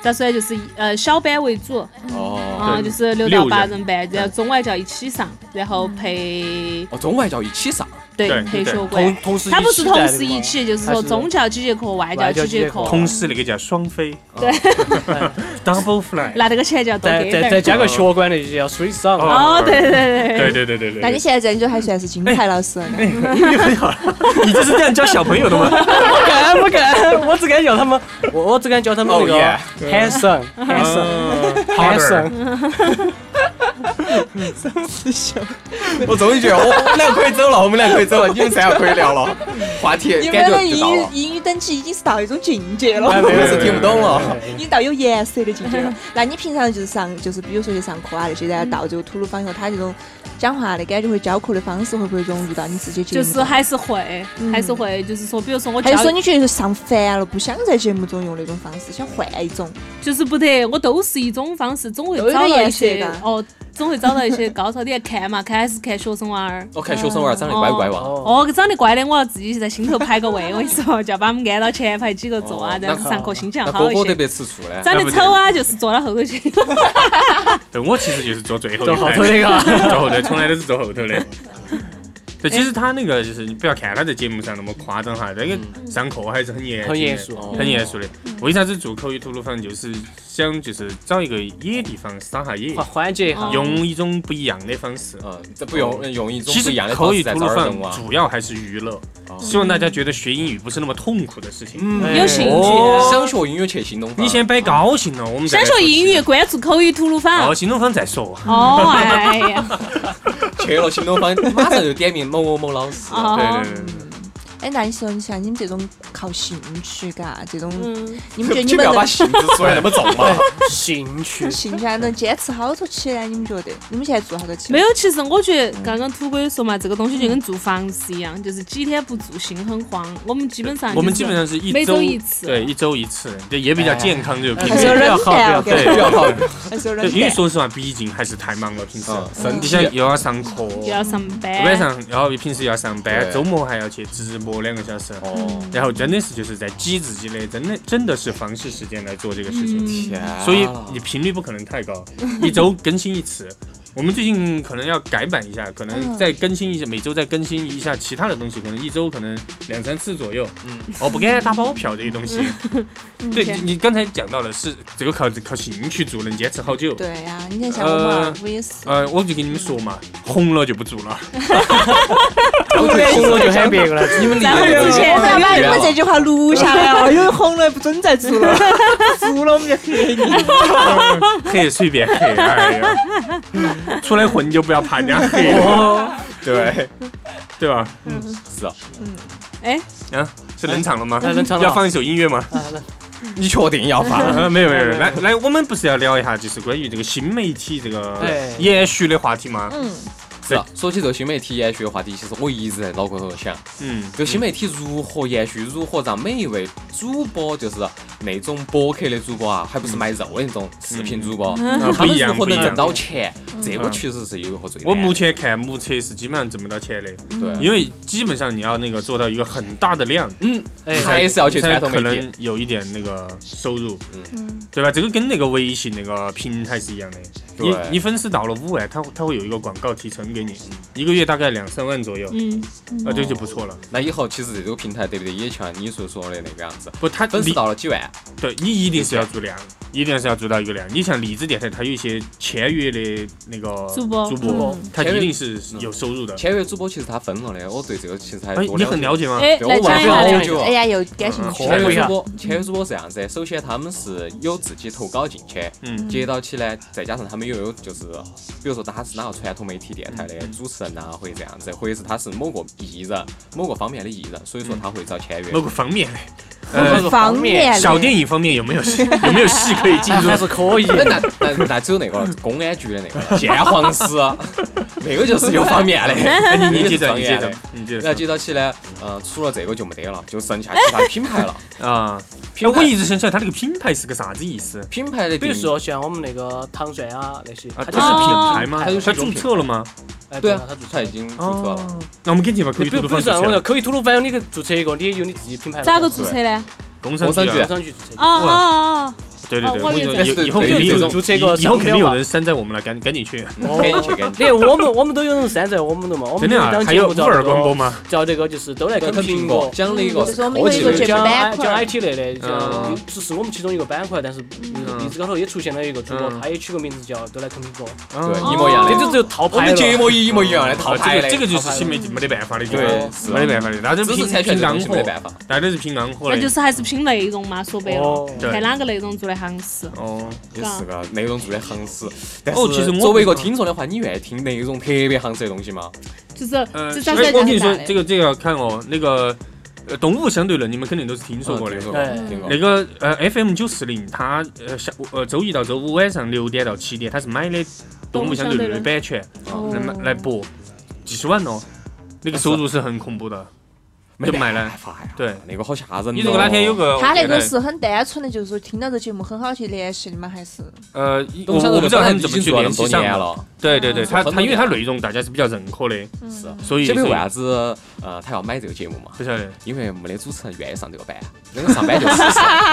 [SPEAKER 6] 咋说呢，就是以呃小班为主，
[SPEAKER 2] 哦，
[SPEAKER 6] 啊、就
[SPEAKER 5] 对
[SPEAKER 6] 是六到八
[SPEAKER 5] 六
[SPEAKER 6] 人班，然后中外教一起上，然后配
[SPEAKER 2] 哦，中外教一起上，
[SPEAKER 6] 对
[SPEAKER 5] 对
[SPEAKER 6] 配
[SPEAKER 5] 对
[SPEAKER 6] 学
[SPEAKER 3] 同
[SPEAKER 6] 馆。
[SPEAKER 3] 同时
[SPEAKER 6] 它不是同时
[SPEAKER 3] 一
[SPEAKER 6] 一
[SPEAKER 3] 起
[SPEAKER 6] 起，就是
[SPEAKER 3] 还
[SPEAKER 6] 说
[SPEAKER 3] 是
[SPEAKER 6] 中教几节课，外教
[SPEAKER 3] 外教
[SPEAKER 6] 几
[SPEAKER 3] 几
[SPEAKER 6] 节
[SPEAKER 3] 节
[SPEAKER 6] 课
[SPEAKER 3] 课，
[SPEAKER 5] 同时那个叫双飞哦
[SPEAKER 6] 对，
[SPEAKER 5] ，double fly。
[SPEAKER 6] 拿这个钱就要多
[SPEAKER 3] 在
[SPEAKER 6] 给
[SPEAKER 3] 在
[SPEAKER 6] 点
[SPEAKER 3] 在
[SPEAKER 6] 儿。
[SPEAKER 3] 再加个学馆那就叫水上。
[SPEAKER 5] 哦
[SPEAKER 6] 哦，对对对
[SPEAKER 5] 对对对对对。
[SPEAKER 4] 那你现在这样就还算是金牌老师 了。
[SPEAKER 2] 嗯
[SPEAKER 5] 你很 好，你这是这样教小朋友的吗？
[SPEAKER 3] 不敢不敢，我只敢叫他们，我我只敢叫他们那
[SPEAKER 2] 哦
[SPEAKER 3] 个
[SPEAKER 2] 耶
[SPEAKER 3] handsome
[SPEAKER 6] 嗯
[SPEAKER 3] handsome
[SPEAKER 5] 啊好
[SPEAKER 3] handsome，
[SPEAKER 2] 我终于觉得我我们俩可以走了，我们俩可以走了，你们三个可以聊了，话题
[SPEAKER 4] 你
[SPEAKER 2] 感
[SPEAKER 4] 们的
[SPEAKER 2] 觉就到
[SPEAKER 4] 英语
[SPEAKER 2] 了，
[SPEAKER 4] 英语等级已经是到一种境界
[SPEAKER 2] 哎
[SPEAKER 4] 了，
[SPEAKER 2] 我们是听不懂了。
[SPEAKER 4] 已经到有颜色的境 界了。那你平常就是上，就是比如说去上课啊那些，然后到这个吐鲁番以后，他这种讲话的感觉和教课的方式会不会融入到你自己节
[SPEAKER 6] 就
[SPEAKER 4] 目？
[SPEAKER 6] 是，还是会，
[SPEAKER 5] 嗯
[SPEAKER 6] 还是会，就是说，比如说我
[SPEAKER 4] 还
[SPEAKER 6] 教
[SPEAKER 4] 哎是，说你觉得上烦了，不想在节目中用那种方式，想换一种？
[SPEAKER 6] 就是不得，我都是一种方式，总会
[SPEAKER 4] 都有
[SPEAKER 6] 找到
[SPEAKER 4] 点
[SPEAKER 6] 一些
[SPEAKER 4] 颜色的
[SPEAKER 6] 哦，总会找到一些高潮点看嘛，看还是看学生娃儿。
[SPEAKER 2] 我看学生娃儿长得乖不乖哇？
[SPEAKER 3] 哦，
[SPEAKER 6] 哦，长得乖的，我要自己在心头排个位，我跟你说，就要把我们安到前排几个座啊
[SPEAKER 2] 哦，
[SPEAKER 6] 这样子上课心情
[SPEAKER 2] 那
[SPEAKER 6] 好
[SPEAKER 2] 哥
[SPEAKER 6] 一
[SPEAKER 2] 哥得
[SPEAKER 6] 些
[SPEAKER 2] 不。得吃醋呢？
[SPEAKER 6] 长得丑啊，就是坐到后头去。
[SPEAKER 5] 对，我其实就是坐最后一
[SPEAKER 3] 坐
[SPEAKER 5] 排
[SPEAKER 3] 后头那个，
[SPEAKER 5] 坐后头，从来都是坐后头的。对，其实他那个就是你不要看他在节目上那么夸张哈，那个上课还是很严
[SPEAKER 3] 很
[SPEAKER 5] 谨的
[SPEAKER 3] 严肃哦
[SPEAKER 5] 很严肃的。为啥子做口语吐鲁番？就是想就是找一个野地方撒下野
[SPEAKER 3] 缓，缓解一下
[SPEAKER 6] 哦。
[SPEAKER 5] 用一种不一样的方式。
[SPEAKER 2] 嗯，这不用用一种
[SPEAKER 5] 其
[SPEAKER 2] 不
[SPEAKER 5] 实
[SPEAKER 2] 一样的
[SPEAKER 5] 口
[SPEAKER 2] 方
[SPEAKER 5] 语
[SPEAKER 2] 式在
[SPEAKER 5] 吐
[SPEAKER 2] 招
[SPEAKER 5] 鲁
[SPEAKER 2] 人
[SPEAKER 5] 番
[SPEAKER 2] 哇。
[SPEAKER 5] 主要还是娱乐，
[SPEAKER 2] 哦嗯
[SPEAKER 5] 希望大家觉得学英语不是那么痛苦的事情。
[SPEAKER 3] 哎
[SPEAKER 6] 嗯有兴
[SPEAKER 5] 哦
[SPEAKER 6] 趣。
[SPEAKER 2] 想学英语去新东方。
[SPEAKER 5] 你先摆高兴了，我们再
[SPEAKER 6] 想
[SPEAKER 5] 来
[SPEAKER 6] 学英语，
[SPEAKER 5] 说
[SPEAKER 6] 关注口语吐鲁番
[SPEAKER 5] 哦哦，。新东方再说。
[SPEAKER 6] 哦，哎呀，
[SPEAKER 2] 去了新东 方，马上就点名某某某老师。
[SPEAKER 6] 哦，
[SPEAKER 5] 对对对对，
[SPEAKER 4] 哎，那你说，你像你们这种靠兴趣嘎，这种，
[SPEAKER 6] 嗯，
[SPEAKER 4] 你们觉得你
[SPEAKER 2] 请不
[SPEAKER 4] 们
[SPEAKER 2] 要把
[SPEAKER 4] 能，
[SPEAKER 2] 性子说得那么重嘛。
[SPEAKER 3] 兴趣
[SPEAKER 4] 兴趣还啊能坚持好多期呢？你们觉得？你们现在做好多期？
[SPEAKER 6] 没，有。其实我觉得刚刚土龟说嘛，这个东西就跟住房是一样，就是几天不住心很慌。我们基本上就是
[SPEAKER 5] 我们基本上是一
[SPEAKER 6] 每
[SPEAKER 5] 周
[SPEAKER 6] 周一次哎
[SPEAKER 5] 对，一周一次，对，也比较健康这个
[SPEAKER 4] 还
[SPEAKER 5] 平
[SPEAKER 4] 是有
[SPEAKER 5] 时。
[SPEAKER 3] 不要
[SPEAKER 4] 点
[SPEAKER 3] 靠不
[SPEAKER 4] 淡，
[SPEAKER 3] 要
[SPEAKER 4] 我
[SPEAKER 2] 对，
[SPEAKER 4] 感
[SPEAKER 2] 不
[SPEAKER 4] 觉
[SPEAKER 2] 要靠。
[SPEAKER 4] 还是有
[SPEAKER 5] 对，
[SPEAKER 4] 点
[SPEAKER 5] 因为
[SPEAKER 4] 淡。
[SPEAKER 5] 说实话，毕竟还是太忙了，平时。
[SPEAKER 2] 嗯，身
[SPEAKER 5] 你
[SPEAKER 2] 体
[SPEAKER 5] 想又要上课，
[SPEAKER 6] 又要上班，
[SPEAKER 5] 晚上然后平时又要上班，
[SPEAKER 2] 对
[SPEAKER 5] 周末还要去直播两个小时，
[SPEAKER 2] 哦，
[SPEAKER 5] 然后真的是就是在挤自己的，真的真的是放弃时间来做这个事情，
[SPEAKER 6] 嗯，
[SPEAKER 2] 天啊
[SPEAKER 5] 所以你频率不可能太高，一周更新一次。 我们最近可能要改版一下，可能
[SPEAKER 4] 嗯
[SPEAKER 5] 再更新一下，每周再更新一下其他的东西，可能一周可能两三次左右。
[SPEAKER 2] 嗯，
[SPEAKER 5] 哦，不敢打包票这些 东西。
[SPEAKER 4] 嗯
[SPEAKER 5] 对
[SPEAKER 6] 对
[SPEAKER 5] 你你刚才讲到的是这个靠靠兴趣做，能坚持好久。
[SPEAKER 4] 对呀，你看像我们二五也是，
[SPEAKER 5] 呃，我就跟你们说嘛，红了就不做了。
[SPEAKER 3] 红了就喊别个了。
[SPEAKER 2] 你们离
[SPEAKER 6] 然后
[SPEAKER 2] 我
[SPEAKER 6] 之前
[SPEAKER 4] 我要把你们这句话录下 来哦，因为红了不准再做了，做了我们就黑你。
[SPEAKER 5] 黑随便黑，哎呀，出来混就不要怕人家黑，
[SPEAKER 3] 哦
[SPEAKER 2] 对，
[SPEAKER 5] 对吧？
[SPEAKER 3] 嗯
[SPEAKER 2] 是啊，
[SPEAKER 6] 哎，
[SPEAKER 5] 啊，是冷场了吗？
[SPEAKER 3] 哎冷场了
[SPEAKER 5] 要放一首音乐吗？
[SPEAKER 2] 你确定要发？
[SPEAKER 5] 啊， 没有没有，
[SPEAKER 3] 哎
[SPEAKER 5] 没有来来，我们不是要聊一下，就是关于这个新媒体这个
[SPEAKER 3] 对
[SPEAKER 5] 延续的话题吗？
[SPEAKER 4] 嗯，
[SPEAKER 2] 是啊，说起这个新媒体延续的话题，其实我一直在脑壳头想，
[SPEAKER 5] 嗯，
[SPEAKER 2] 这个新媒体如何延续，如何让每一位主播，就是那种播客的主播啊，还不是卖肉的那种视频主播，
[SPEAKER 5] 嗯
[SPEAKER 2] 他
[SPEAKER 5] 不
[SPEAKER 2] 们
[SPEAKER 5] 一
[SPEAKER 2] 如
[SPEAKER 5] 样
[SPEAKER 2] 何
[SPEAKER 5] 不
[SPEAKER 2] 能
[SPEAKER 5] 一
[SPEAKER 2] 挣
[SPEAKER 5] 样。嗯
[SPEAKER 2] 到钱，这个其实是一个最难的
[SPEAKER 5] 我目前看目测是基本上挣不到钱的，
[SPEAKER 2] 对，
[SPEAKER 5] 因为基本上你要那个做到一个很大的量，
[SPEAKER 2] 嗯，
[SPEAKER 3] 哎，
[SPEAKER 2] 还是要去
[SPEAKER 5] 才
[SPEAKER 2] 传统
[SPEAKER 5] 可
[SPEAKER 2] 媒体，
[SPEAKER 5] 能有一点那个收入，
[SPEAKER 4] 嗯
[SPEAKER 5] 对吧？这个跟那个微信那个平台是一样的，
[SPEAKER 2] 对
[SPEAKER 5] 你你粉丝到了五万，他他会有一个广告提成给你，
[SPEAKER 2] 嗯
[SPEAKER 5] 一个月大概两三万左右，
[SPEAKER 6] 嗯，
[SPEAKER 5] 啊，这就不错了。
[SPEAKER 2] 那以后其实这个平台对不对，也像你所说的那个样子，
[SPEAKER 5] 不，他
[SPEAKER 2] 粉丝
[SPEAKER 5] 你
[SPEAKER 2] 到了几万，
[SPEAKER 5] 对你一定是要做量，一定是要做到一个量。你像荔枝电台，它有一些签约的那个
[SPEAKER 6] 主播
[SPEAKER 5] 主播
[SPEAKER 4] 嗯，
[SPEAKER 5] 他
[SPEAKER 2] 签约
[SPEAKER 5] 一定是有收入的。
[SPEAKER 2] 签约主播其实他分了的，我对这个其实还
[SPEAKER 5] 哎，
[SPEAKER 2] 多
[SPEAKER 5] 你很
[SPEAKER 2] 了
[SPEAKER 5] 了解吗？
[SPEAKER 2] 解，
[SPEAKER 6] 哎，
[SPEAKER 2] 对
[SPEAKER 6] 来
[SPEAKER 2] 我
[SPEAKER 6] 讲
[SPEAKER 2] 玩
[SPEAKER 6] 一
[SPEAKER 2] 了
[SPEAKER 6] 下，
[SPEAKER 2] 好
[SPEAKER 6] 来
[SPEAKER 2] 久啊
[SPEAKER 4] 哎。呀，又感兴趣
[SPEAKER 5] 嗯
[SPEAKER 2] 签
[SPEAKER 3] 嗯
[SPEAKER 4] 了。
[SPEAKER 2] 约主播，签约主播是这样子的，首先他们是有自己投稿进去，
[SPEAKER 5] 嗯
[SPEAKER 2] 接到起呢，再加上他们又有就是，比如说他是哪个传统媒体电台的主持人呐、或者这样子，或者是他是某个艺人、某个方面的艺人，所以说他会找签约。
[SPEAKER 5] 某个方面嘞，
[SPEAKER 3] 呃
[SPEAKER 4] 方面，
[SPEAKER 5] 小电影方面有没有戏有没有戏可以进 入
[SPEAKER 3] 还？是可以。
[SPEAKER 2] 那那那那只有那个了公安局的那个了鉴黄师，那个就是有方面的。
[SPEAKER 5] 哎你
[SPEAKER 2] 那
[SPEAKER 5] 你
[SPEAKER 2] 个
[SPEAKER 5] 接
[SPEAKER 2] 是
[SPEAKER 5] 着，
[SPEAKER 2] 方
[SPEAKER 5] 你接
[SPEAKER 2] 面
[SPEAKER 5] 着
[SPEAKER 2] 的，
[SPEAKER 5] 你接
[SPEAKER 2] 然后
[SPEAKER 5] 着
[SPEAKER 2] 接到起呢，呃，除了这个就没得了，就剩下其他品牌了。
[SPEAKER 5] 啊！哎，
[SPEAKER 2] 品牌
[SPEAKER 5] 我一直想起来，他那个品牌是个啥子意思？
[SPEAKER 2] 品牌的
[SPEAKER 3] 比
[SPEAKER 2] 定
[SPEAKER 3] 如
[SPEAKER 2] 义，
[SPEAKER 3] 说像我们那个唐钻啊那些，
[SPEAKER 5] 啊，
[SPEAKER 3] 它
[SPEAKER 5] 它
[SPEAKER 3] 就是
[SPEAKER 6] 哦
[SPEAKER 5] 品牌吗
[SPEAKER 2] 它就？是
[SPEAKER 5] 它
[SPEAKER 2] 一种
[SPEAKER 5] 注
[SPEAKER 2] 品
[SPEAKER 5] 册了吗？哦
[SPEAKER 3] 哎
[SPEAKER 2] 对
[SPEAKER 3] 对
[SPEAKER 2] 啊
[SPEAKER 3] 啊，它注，册
[SPEAKER 2] 他已。经注册了。，
[SPEAKER 5] 那我们肯定把口
[SPEAKER 3] 比
[SPEAKER 5] 语
[SPEAKER 3] 如比
[SPEAKER 5] 读的
[SPEAKER 3] 如
[SPEAKER 5] 放出
[SPEAKER 3] 像
[SPEAKER 2] 啊
[SPEAKER 5] 去啊
[SPEAKER 3] 我那
[SPEAKER 5] 了。
[SPEAKER 3] 口语吐鲁番，你给注册一个，你有你自己品牌。
[SPEAKER 6] 咋个注册呢？
[SPEAKER 5] 工
[SPEAKER 2] 工商
[SPEAKER 5] 局
[SPEAKER 2] 局
[SPEAKER 5] 啊，
[SPEAKER 3] 网上去注册。
[SPEAKER 6] 哦哦
[SPEAKER 5] 对对对，
[SPEAKER 6] 哦我以为
[SPEAKER 5] 以
[SPEAKER 2] 在
[SPEAKER 5] 以后
[SPEAKER 2] 对
[SPEAKER 5] 肯
[SPEAKER 2] 对
[SPEAKER 5] 定有
[SPEAKER 2] 对
[SPEAKER 5] 人
[SPEAKER 3] 注册一个
[SPEAKER 5] 以后肯定
[SPEAKER 3] 商标
[SPEAKER 5] 有
[SPEAKER 3] 吧
[SPEAKER 5] 人山寨我们了，赶赶紧去！
[SPEAKER 3] 哦
[SPEAKER 2] 赶紧去，赶紧去。
[SPEAKER 3] 连我们我们都有人山寨我们的嘛，我
[SPEAKER 5] 真
[SPEAKER 3] 们
[SPEAKER 5] 的
[SPEAKER 3] 有一
[SPEAKER 5] 啊，
[SPEAKER 3] 档
[SPEAKER 5] 还
[SPEAKER 3] 节
[SPEAKER 5] 有
[SPEAKER 3] 目
[SPEAKER 5] 五
[SPEAKER 3] 叫这
[SPEAKER 5] 二光波
[SPEAKER 3] 个
[SPEAKER 5] 吗？
[SPEAKER 3] 叫这个就是都来
[SPEAKER 2] 跟
[SPEAKER 3] 啃
[SPEAKER 2] 苹
[SPEAKER 3] 苹
[SPEAKER 2] 果
[SPEAKER 3] 果，
[SPEAKER 2] 讲的一个
[SPEAKER 4] 嗯就是我们
[SPEAKER 2] 科技
[SPEAKER 4] 有一个
[SPEAKER 2] 类的
[SPEAKER 4] 这个
[SPEAKER 3] 讲
[SPEAKER 4] 板
[SPEAKER 3] I-
[SPEAKER 4] 块
[SPEAKER 3] 讲 IT 类的，
[SPEAKER 5] 嗯
[SPEAKER 3] 讲只是我们其中一个板块，但是荔枝高头也出现了一个主播，
[SPEAKER 5] 嗯
[SPEAKER 3] 他也取个名字叫都来啃苹果，
[SPEAKER 2] 对，
[SPEAKER 5] 对
[SPEAKER 2] 一模一样
[SPEAKER 3] 这
[SPEAKER 2] 的。
[SPEAKER 3] 就只有套
[SPEAKER 2] 我
[SPEAKER 3] 牌
[SPEAKER 2] 们节
[SPEAKER 3] 了。
[SPEAKER 2] 目一模一样的套牌
[SPEAKER 5] 这
[SPEAKER 2] 的，
[SPEAKER 5] 个这个就是
[SPEAKER 3] 套牌
[SPEAKER 5] 新媒体没得办法的，
[SPEAKER 2] 对
[SPEAKER 5] 就是没得办法的，大家
[SPEAKER 2] 知
[SPEAKER 5] 拼
[SPEAKER 2] 识产权这
[SPEAKER 5] 拼
[SPEAKER 2] 个
[SPEAKER 5] 干
[SPEAKER 2] 东西
[SPEAKER 5] 货
[SPEAKER 2] 没，办法。
[SPEAKER 5] 大家是拼干货
[SPEAKER 6] 哦，那就
[SPEAKER 5] 的。
[SPEAKER 6] 是还是拼内容嘛，说白了，
[SPEAKER 3] 哦
[SPEAKER 5] 对
[SPEAKER 6] 看哪个内容做得行实。
[SPEAKER 5] 哦，
[SPEAKER 2] 也是个内容做的行实，但
[SPEAKER 5] 哦其实
[SPEAKER 2] 是
[SPEAKER 5] 我
[SPEAKER 2] 作为一个听众的话，你愿意听内容特别行实的东西 吗？
[SPEAKER 6] 就是
[SPEAKER 5] 呃，
[SPEAKER 6] 这
[SPEAKER 5] 哎
[SPEAKER 6] 张专辑
[SPEAKER 5] 我跟你
[SPEAKER 6] 很大
[SPEAKER 5] 说，
[SPEAKER 6] 的
[SPEAKER 5] 这个这个要看哦，那个呃，动物相对论你们肯定都是听说过的
[SPEAKER 2] 嗯。听
[SPEAKER 3] 对
[SPEAKER 2] 听过
[SPEAKER 5] 哎那个呃，FM 九四零，它呃下呃周一到周五晚上六点到七点，它是买的《动物相对论》的版权
[SPEAKER 2] 哦
[SPEAKER 5] 来
[SPEAKER 6] 嗯
[SPEAKER 5] 买来播，几十万哦，那个收入是很恐怖的。
[SPEAKER 2] 没
[SPEAKER 5] 就买了
[SPEAKER 2] 办法呀，
[SPEAKER 5] 对
[SPEAKER 2] 那个好吓人哦。
[SPEAKER 5] 你如果哪天有个
[SPEAKER 4] 嗯他那
[SPEAKER 5] 我觉
[SPEAKER 4] 个
[SPEAKER 5] 得
[SPEAKER 4] 是很单纯的，就是说听到这节目很好去联系的嘛，还是
[SPEAKER 5] 呃，我
[SPEAKER 2] 董事长
[SPEAKER 5] 我不知道他们
[SPEAKER 2] 已
[SPEAKER 5] 怎么
[SPEAKER 2] 经
[SPEAKER 5] 去
[SPEAKER 2] 做了那么
[SPEAKER 5] 联系
[SPEAKER 2] 多
[SPEAKER 5] 上
[SPEAKER 2] 年
[SPEAKER 5] 的。
[SPEAKER 2] 了，
[SPEAKER 5] 对对对，
[SPEAKER 2] 嗯
[SPEAKER 5] 他
[SPEAKER 2] 很多
[SPEAKER 5] 他因为他
[SPEAKER 2] 年了
[SPEAKER 5] 内容大家是比较认可的，
[SPEAKER 2] 是啊。
[SPEAKER 5] 所以
[SPEAKER 2] 晓不
[SPEAKER 5] 所
[SPEAKER 2] 得
[SPEAKER 5] 以
[SPEAKER 2] 为啥子呃他要买这个节目嘛？
[SPEAKER 5] 不晓得。
[SPEAKER 2] 因为没得主持人愿意上这个班，啊那个上班就是死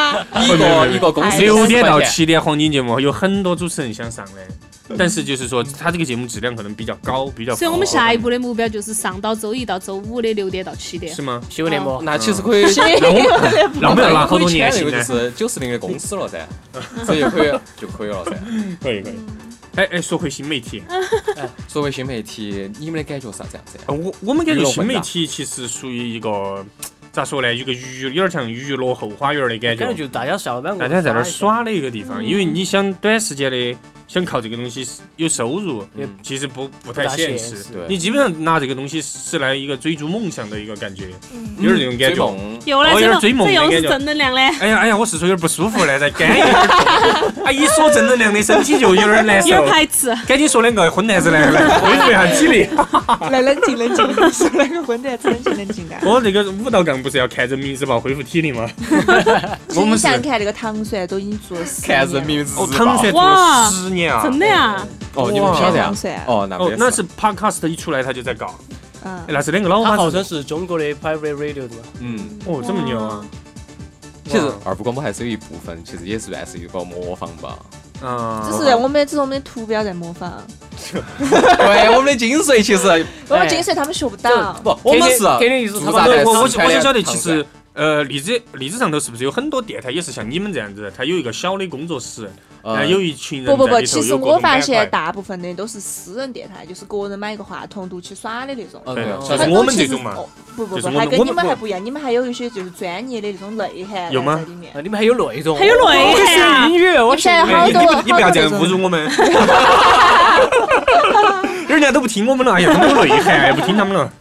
[SPEAKER 5] 哦
[SPEAKER 2] 一个一个公司
[SPEAKER 5] 六点到
[SPEAKER 2] 10
[SPEAKER 5] 七点黄金节目有很多主持人想上的，但是就是说，它这个节目质量可能比较高，比较高。
[SPEAKER 6] 所以我们下一步的目标就是上到周一到周五的六点到七点
[SPEAKER 5] 是。吗？
[SPEAKER 3] 新闻联播，
[SPEAKER 2] 那其实可以，
[SPEAKER 5] 那我们那我们要拿好多年
[SPEAKER 2] 那
[SPEAKER 5] 薪
[SPEAKER 2] 个
[SPEAKER 5] 呢
[SPEAKER 2] 就？是九四零的公司了噻，所以就可以就可以了噻。
[SPEAKER 5] 可以可以。哎哎，说回新媒体，
[SPEAKER 2] 作为新媒体，你们的感觉是啥子样子呀？
[SPEAKER 5] 呃我我们感觉新媒体其实属于一个咋说呢？有个娱有点像娱乐后花园的感
[SPEAKER 3] 感觉
[SPEAKER 5] 觉，
[SPEAKER 3] 就哎大家下了班，
[SPEAKER 5] 大家在那儿
[SPEAKER 3] 耍，
[SPEAKER 5] 耍的一个地方。因为你想短时间的想靠这个东西有收入，
[SPEAKER 3] 也
[SPEAKER 5] 其实不不
[SPEAKER 3] 不
[SPEAKER 5] 太
[SPEAKER 3] 大
[SPEAKER 5] 现
[SPEAKER 3] 现
[SPEAKER 5] 实
[SPEAKER 3] 实。
[SPEAKER 2] 对
[SPEAKER 5] 你基本上拿这个东西是来一个追逐梦想的一个感觉，
[SPEAKER 6] 嗯，
[SPEAKER 5] 有点这种感
[SPEAKER 2] 追
[SPEAKER 5] 觉。
[SPEAKER 2] 梦，
[SPEAKER 6] 又来
[SPEAKER 5] 哦有
[SPEAKER 6] 这
[SPEAKER 5] 点
[SPEAKER 6] 种，
[SPEAKER 5] 追梦
[SPEAKER 6] 这
[SPEAKER 5] 的
[SPEAKER 6] 又
[SPEAKER 5] 感
[SPEAKER 6] 是
[SPEAKER 5] 觉
[SPEAKER 6] 正能量 嘞，
[SPEAKER 5] 哎呀哎呀，我是说有点不舒服了，再干一会儿。哎，一说正能量的，身体就有点难
[SPEAKER 6] 有点
[SPEAKER 5] 受。
[SPEAKER 6] 排斥。
[SPEAKER 5] 赶紧说两个荤段子来，来恢复一下体力。
[SPEAKER 4] 来冷静冷静，说那个混蛋，冷静冷静的。
[SPEAKER 5] 我这个武道杠不是要看人民日报恢复体力吗？ 我
[SPEAKER 4] 你
[SPEAKER 5] 们是
[SPEAKER 4] 想看那个唐蒜都已经做了十
[SPEAKER 2] 看人
[SPEAKER 4] 年了，
[SPEAKER 2] 民日报
[SPEAKER 5] 哦，唐帅做了
[SPEAKER 6] 哇
[SPEAKER 5] 十年啊！
[SPEAKER 6] 真的呀，
[SPEAKER 2] 哦，你们晓得呀
[SPEAKER 4] 唐？蒜，
[SPEAKER 2] 哦，那
[SPEAKER 5] 哦
[SPEAKER 2] 没，
[SPEAKER 5] 那
[SPEAKER 2] 事
[SPEAKER 5] 是 podcast 一出来他就在搞，
[SPEAKER 4] 嗯
[SPEAKER 5] 哎，那是两个老
[SPEAKER 3] 他
[SPEAKER 5] 妈
[SPEAKER 3] 号
[SPEAKER 5] 子
[SPEAKER 3] 称。是中国的 private radio 的嘛，
[SPEAKER 2] 嗯。
[SPEAKER 5] 哦，这么牛啊！
[SPEAKER 2] 其实二部广播还是有一部分，其实也算是一个模仿吧。
[SPEAKER 5] 啊，
[SPEAKER 4] 只是我们只是我们的图标在模仿，
[SPEAKER 5] 哎
[SPEAKER 2] 对，我们的精髓其实
[SPEAKER 4] 我们精髓他们学不到。
[SPEAKER 2] 不，我们是
[SPEAKER 3] 天天意思他
[SPEAKER 2] 驻扎
[SPEAKER 3] 把
[SPEAKER 2] 在
[SPEAKER 5] 哦我我我
[SPEAKER 2] 四川的
[SPEAKER 5] 就晓得，其
[SPEAKER 2] 唐
[SPEAKER 5] 实呃，荔枝荔枝上头是不是有很多电台也是像你们这样子，它有一个小的工作室，然
[SPEAKER 2] 呃
[SPEAKER 5] 后有一群人
[SPEAKER 4] 不不
[SPEAKER 5] 在
[SPEAKER 4] 不，
[SPEAKER 5] 里头
[SPEAKER 4] 其实
[SPEAKER 5] 有各
[SPEAKER 4] 我
[SPEAKER 5] 种
[SPEAKER 4] 发
[SPEAKER 5] 板块
[SPEAKER 4] 现大部分的都是私人电台，就是个人买一个话筒独去耍的那种。
[SPEAKER 2] 哦
[SPEAKER 5] 对
[SPEAKER 2] 对
[SPEAKER 5] 的，
[SPEAKER 2] 晓得
[SPEAKER 5] 就是
[SPEAKER 4] 很
[SPEAKER 5] 我
[SPEAKER 4] 多
[SPEAKER 5] 们
[SPEAKER 4] 其
[SPEAKER 5] 这
[SPEAKER 4] 实
[SPEAKER 5] 种嘛。
[SPEAKER 4] 哦不不
[SPEAKER 5] 就
[SPEAKER 4] 不，
[SPEAKER 5] 是我们
[SPEAKER 4] 还跟
[SPEAKER 5] 我
[SPEAKER 4] 你
[SPEAKER 5] 们
[SPEAKER 4] 们还
[SPEAKER 5] 不
[SPEAKER 4] 不一样，你们还有一些就是专业的那种内涵
[SPEAKER 5] 有吗
[SPEAKER 4] 在里面。
[SPEAKER 3] 啊，你们还有内容，
[SPEAKER 6] 还有内
[SPEAKER 3] 是
[SPEAKER 6] 涵
[SPEAKER 3] 音
[SPEAKER 6] 呀，
[SPEAKER 3] 乐，我
[SPEAKER 4] 我现在
[SPEAKER 5] 哎
[SPEAKER 4] 好
[SPEAKER 5] 你
[SPEAKER 4] 多
[SPEAKER 5] 不你不要这样
[SPEAKER 4] 好多
[SPEAKER 5] 侮
[SPEAKER 4] 种
[SPEAKER 5] 辱我们，人家都不听我们了，哎呀，没有内涵，哎不听他们了。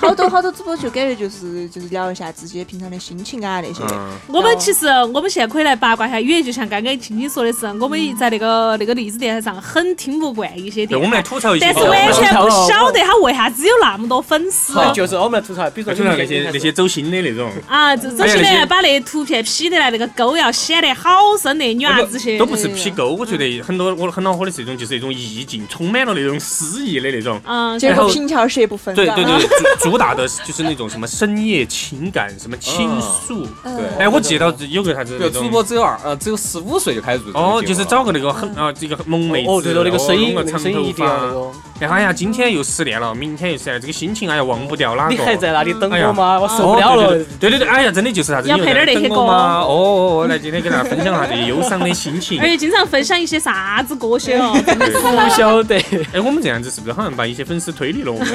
[SPEAKER 4] 好多好多主播就感觉就是就是聊一下自己平常的心情啊那些的。
[SPEAKER 5] 嗯，
[SPEAKER 6] 我们其实我们现在可以来八卦一下，因为就像刚刚青青说的是，我们在那个那个荔枝电台上很听不惯一些
[SPEAKER 5] 对，
[SPEAKER 6] 电
[SPEAKER 5] 我们来
[SPEAKER 6] 台，
[SPEAKER 5] 吐槽一些
[SPEAKER 6] 但
[SPEAKER 5] 比
[SPEAKER 6] 是
[SPEAKER 5] 较。
[SPEAKER 6] 完全不晓得他为啥子有那么多粉丝
[SPEAKER 3] 对就是我们来吐槽，比如说
[SPEAKER 5] 就
[SPEAKER 3] 你
[SPEAKER 5] 像
[SPEAKER 3] 们
[SPEAKER 5] 那些那些走心的那种，
[SPEAKER 6] 啊！这首
[SPEAKER 5] 哎呀那
[SPEAKER 6] 先
[SPEAKER 5] 些
[SPEAKER 6] 把那图片 P 得来，那个沟要显得好深的，女伢子些
[SPEAKER 5] 都哎不是批勾，我觉得很多我很恼火的是一种，就是一种意境，充满了那种诗意的那种。
[SPEAKER 6] 嗯，
[SPEAKER 4] 结
[SPEAKER 5] 然后
[SPEAKER 4] 果平翘舌不分，啊
[SPEAKER 5] 对
[SPEAKER 4] 是吧
[SPEAKER 5] 对对，主主打的就是那种什么深夜情感，什么倾诉。
[SPEAKER 4] 嗯
[SPEAKER 5] 哎，我记到有个啥子
[SPEAKER 2] 比
[SPEAKER 5] 那
[SPEAKER 2] 如
[SPEAKER 5] 种
[SPEAKER 2] 主播只有二呃只有十五岁就开始做这种
[SPEAKER 5] 哦，
[SPEAKER 2] 节
[SPEAKER 5] 就是
[SPEAKER 2] 目了
[SPEAKER 5] 找个那个很啊，这个萌妹子，
[SPEAKER 3] 啊哦，对头，那个声音，
[SPEAKER 5] 哦
[SPEAKER 3] 那
[SPEAKER 5] 弄
[SPEAKER 3] 个
[SPEAKER 5] 长
[SPEAKER 3] 声音
[SPEAKER 5] 头
[SPEAKER 3] 一定要那
[SPEAKER 5] 发，
[SPEAKER 3] 个。
[SPEAKER 5] 然后哎呀，今天又失恋了，明天又失恋，这个心情哎呀忘不掉哪个。
[SPEAKER 3] 你还在那里等
[SPEAKER 5] 哎呀
[SPEAKER 3] 我吗？我受
[SPEAKER 5] 哦
[SPEAKER 3] 不了了。
[SPEAKER 5] 对对对对对，哎呀，真的就是啥子，
[SPEAKER 6] 要
[SPEAKER 5] 你又
[SPEAKER 6] 配
[SPEAKER 5] 在
[SPEAKER 6] 点那些
[SPEAKER 5] 等我吗？
[SPEAKER 6] 歌
[SPEAKER 5] 哦哦，哦来今天给大家分享下这忧伤的心情
[SPEAKER 6] 而。且经常分享一些啥子歌些哦，
[SPEAKER 5] 对
[SPEAKER 3] 不晓得，
[SPEAKER 5] 哎，我们这样子是不是好像把一些粉丝推离了我们？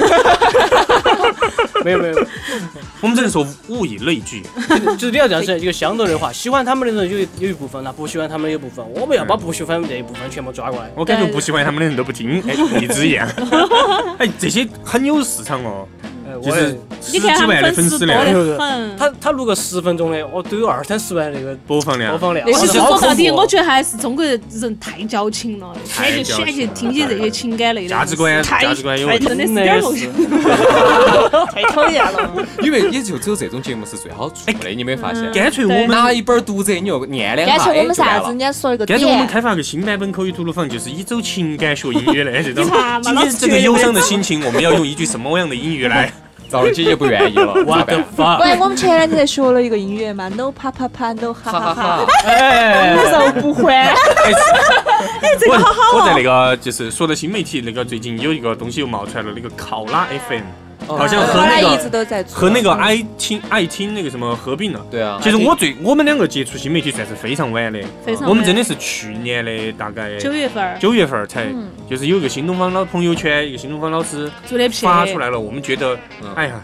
[SPEAKER 3] 没有没有，
[SPEAKER 5] 我们只能说物以类聚。
[SPEAKER 3] 就是你要这样子，一个相对的话，喜欢他们的人有一有一部分，那不喜欢他们的有一部分，我们要把不喜欢这一部分全部抓过来。
[SPEAKER 5] 我感觉不喜欢他们的人都不听，哎，荔枝一样。哎，这些很有市场哦，
[SPEAKER 3] 哎，
[SPEAKER 5] 就
[SPEAKER 3] 我
[SPEAKER 5] 是
[SPEAKER 3] 也。
[SPEAKER 5] 十
[SPEAKER 6] 你
[SPEAKER 5] 几
[SPEAKER 6] 看他
[SPEAKER 5] 万
[SPEAKER 6] 们
[SPEAKER 5] 的
[SPEAKER 6] 粉
[SPEAKER 5] 粉
[SPEAKER 6] 丝多
[SPEAKER 5] 丝量、
[SPEAKER 6] 得很。
[SPEAKER 3] 他他录个十分钟的，哦我都有二三十万那个
[SPEAKER 5] 播放量
[SPEAKER 3] 播。放量。
[SPEAKER 6] 那其实
[SPEAKER 3] 好
[SPEAKER 6] 说
[SPEAKER 3] 恐
[SPEAKER 6] 到底，
[SPEAKER 3] 怖啊
[SPEAKER 6] 我觉得还是中国人太矫情了，喜欢
[SPEAKER 5] 太
[SPEAKER 6] 去喜
[SPEAKER 5] 矫情
[SPEAKER 6] 欢去听些这些情感类的
[SPEAKER 5] 价值观啊
[SPEAKER 6] 太
[SPEAKER 5] 价值观有问
[SPEAKER 6] 太
[SPEAKER 5] 题
[SPEAKER 6] 真的是
[SPEAKER 3] 那
[SPEAKER 6] 点儿
[SPEAKER 3] 也
[SPEAKER 6] 东
[SPEAKER 3] 是
[SPEAKER 6] 西。
[SPEAKER 4] 太讨厌 了。
[SPEAKER 2] 因为也就只有这种节目是最好做的，你没发现？
[SPEAKER 6] 嗯
[SPEAKER 5] 干脆我
[SPEAKER 6] 对
[SPEAKER 5] 们，
[SPEAKER 2] 拿一本读者，你又念两
[SPEAKER 4] 干
[SPEAKER 2] 下，
[SPEAKER 4] 脆我们
[SPEAKER 2] 哎就
[SPEAKER 4] 啥子？
[SPEAKER 2] 完
[SPEAKER 4] 人
[SPEAKER 2] 了
[SPEAKER 4] 家说一个
[SPEAKER 5] 干脆我们
[SPEAKER 4] 点，
[SPEAKER 5] 开发个新版本口语吐鲁房，就是以走情感学音乐的这种
[SPEAKER 6] 你怕。吗
[SPEAKER 5] 今天是这个忧伤的心情，我们要用一句什么样的英语来？
[SPEAKER 2] 赵儿姐姐不愿意 了，咋
[SPEAKER 3] ，what the
[SPEAKER 2] 办？
[SPEAKER 4] 不
[SPEAKER 3] fuck？
[SPEAKER 4] 然我们前两天才学了一个音乐嘛，no 啪啪啪，no 哈
[SPEAKER 2] 哈哈
[SPEAKER 4] 哈哈，
[SPEAKER 2] 哈！
[SPEAKER 3] 哎，
[SPEAKER 4] 受不还。
[SPEAKER 5] 哎我我在那个就是说到新媒体，那个最近有一个东西又冒出来了，那个考拉 FM 好像和
[SPEAKER 4] 后来
[SPEAKER 5] 那
[SPEAKER 4] 一直
[SPEAKER 5] 个
[SPEAKER 4] 都在做
[SPEAKER 5] 和那个爱听爱听那个什么合并了。
[SPEAKER 2] 对啊，
[SPEAKER 5] 其实我最我们两个接触新媒体算是非常晚的，
[SPEAKER 6] 非常
[SPEAKER 5] 我们真的
[SPEAKER 6] 美
[SPEAKER 5] 是去年的大概
[SPEAKER 6] 九月份儿
[SPEAKER 5] 九月份儿才
[SPEAKER 4] 嗯，
[SPEAKER 5] 就是有一个新东方老朋友圈，一个新东方老师
[SPEAKER 6] 做的片，
[SPEAKER 5] 发出来了，我们觉得
[SPEAKER 2] 嗯，
[SPEAKER 5] 哎呀，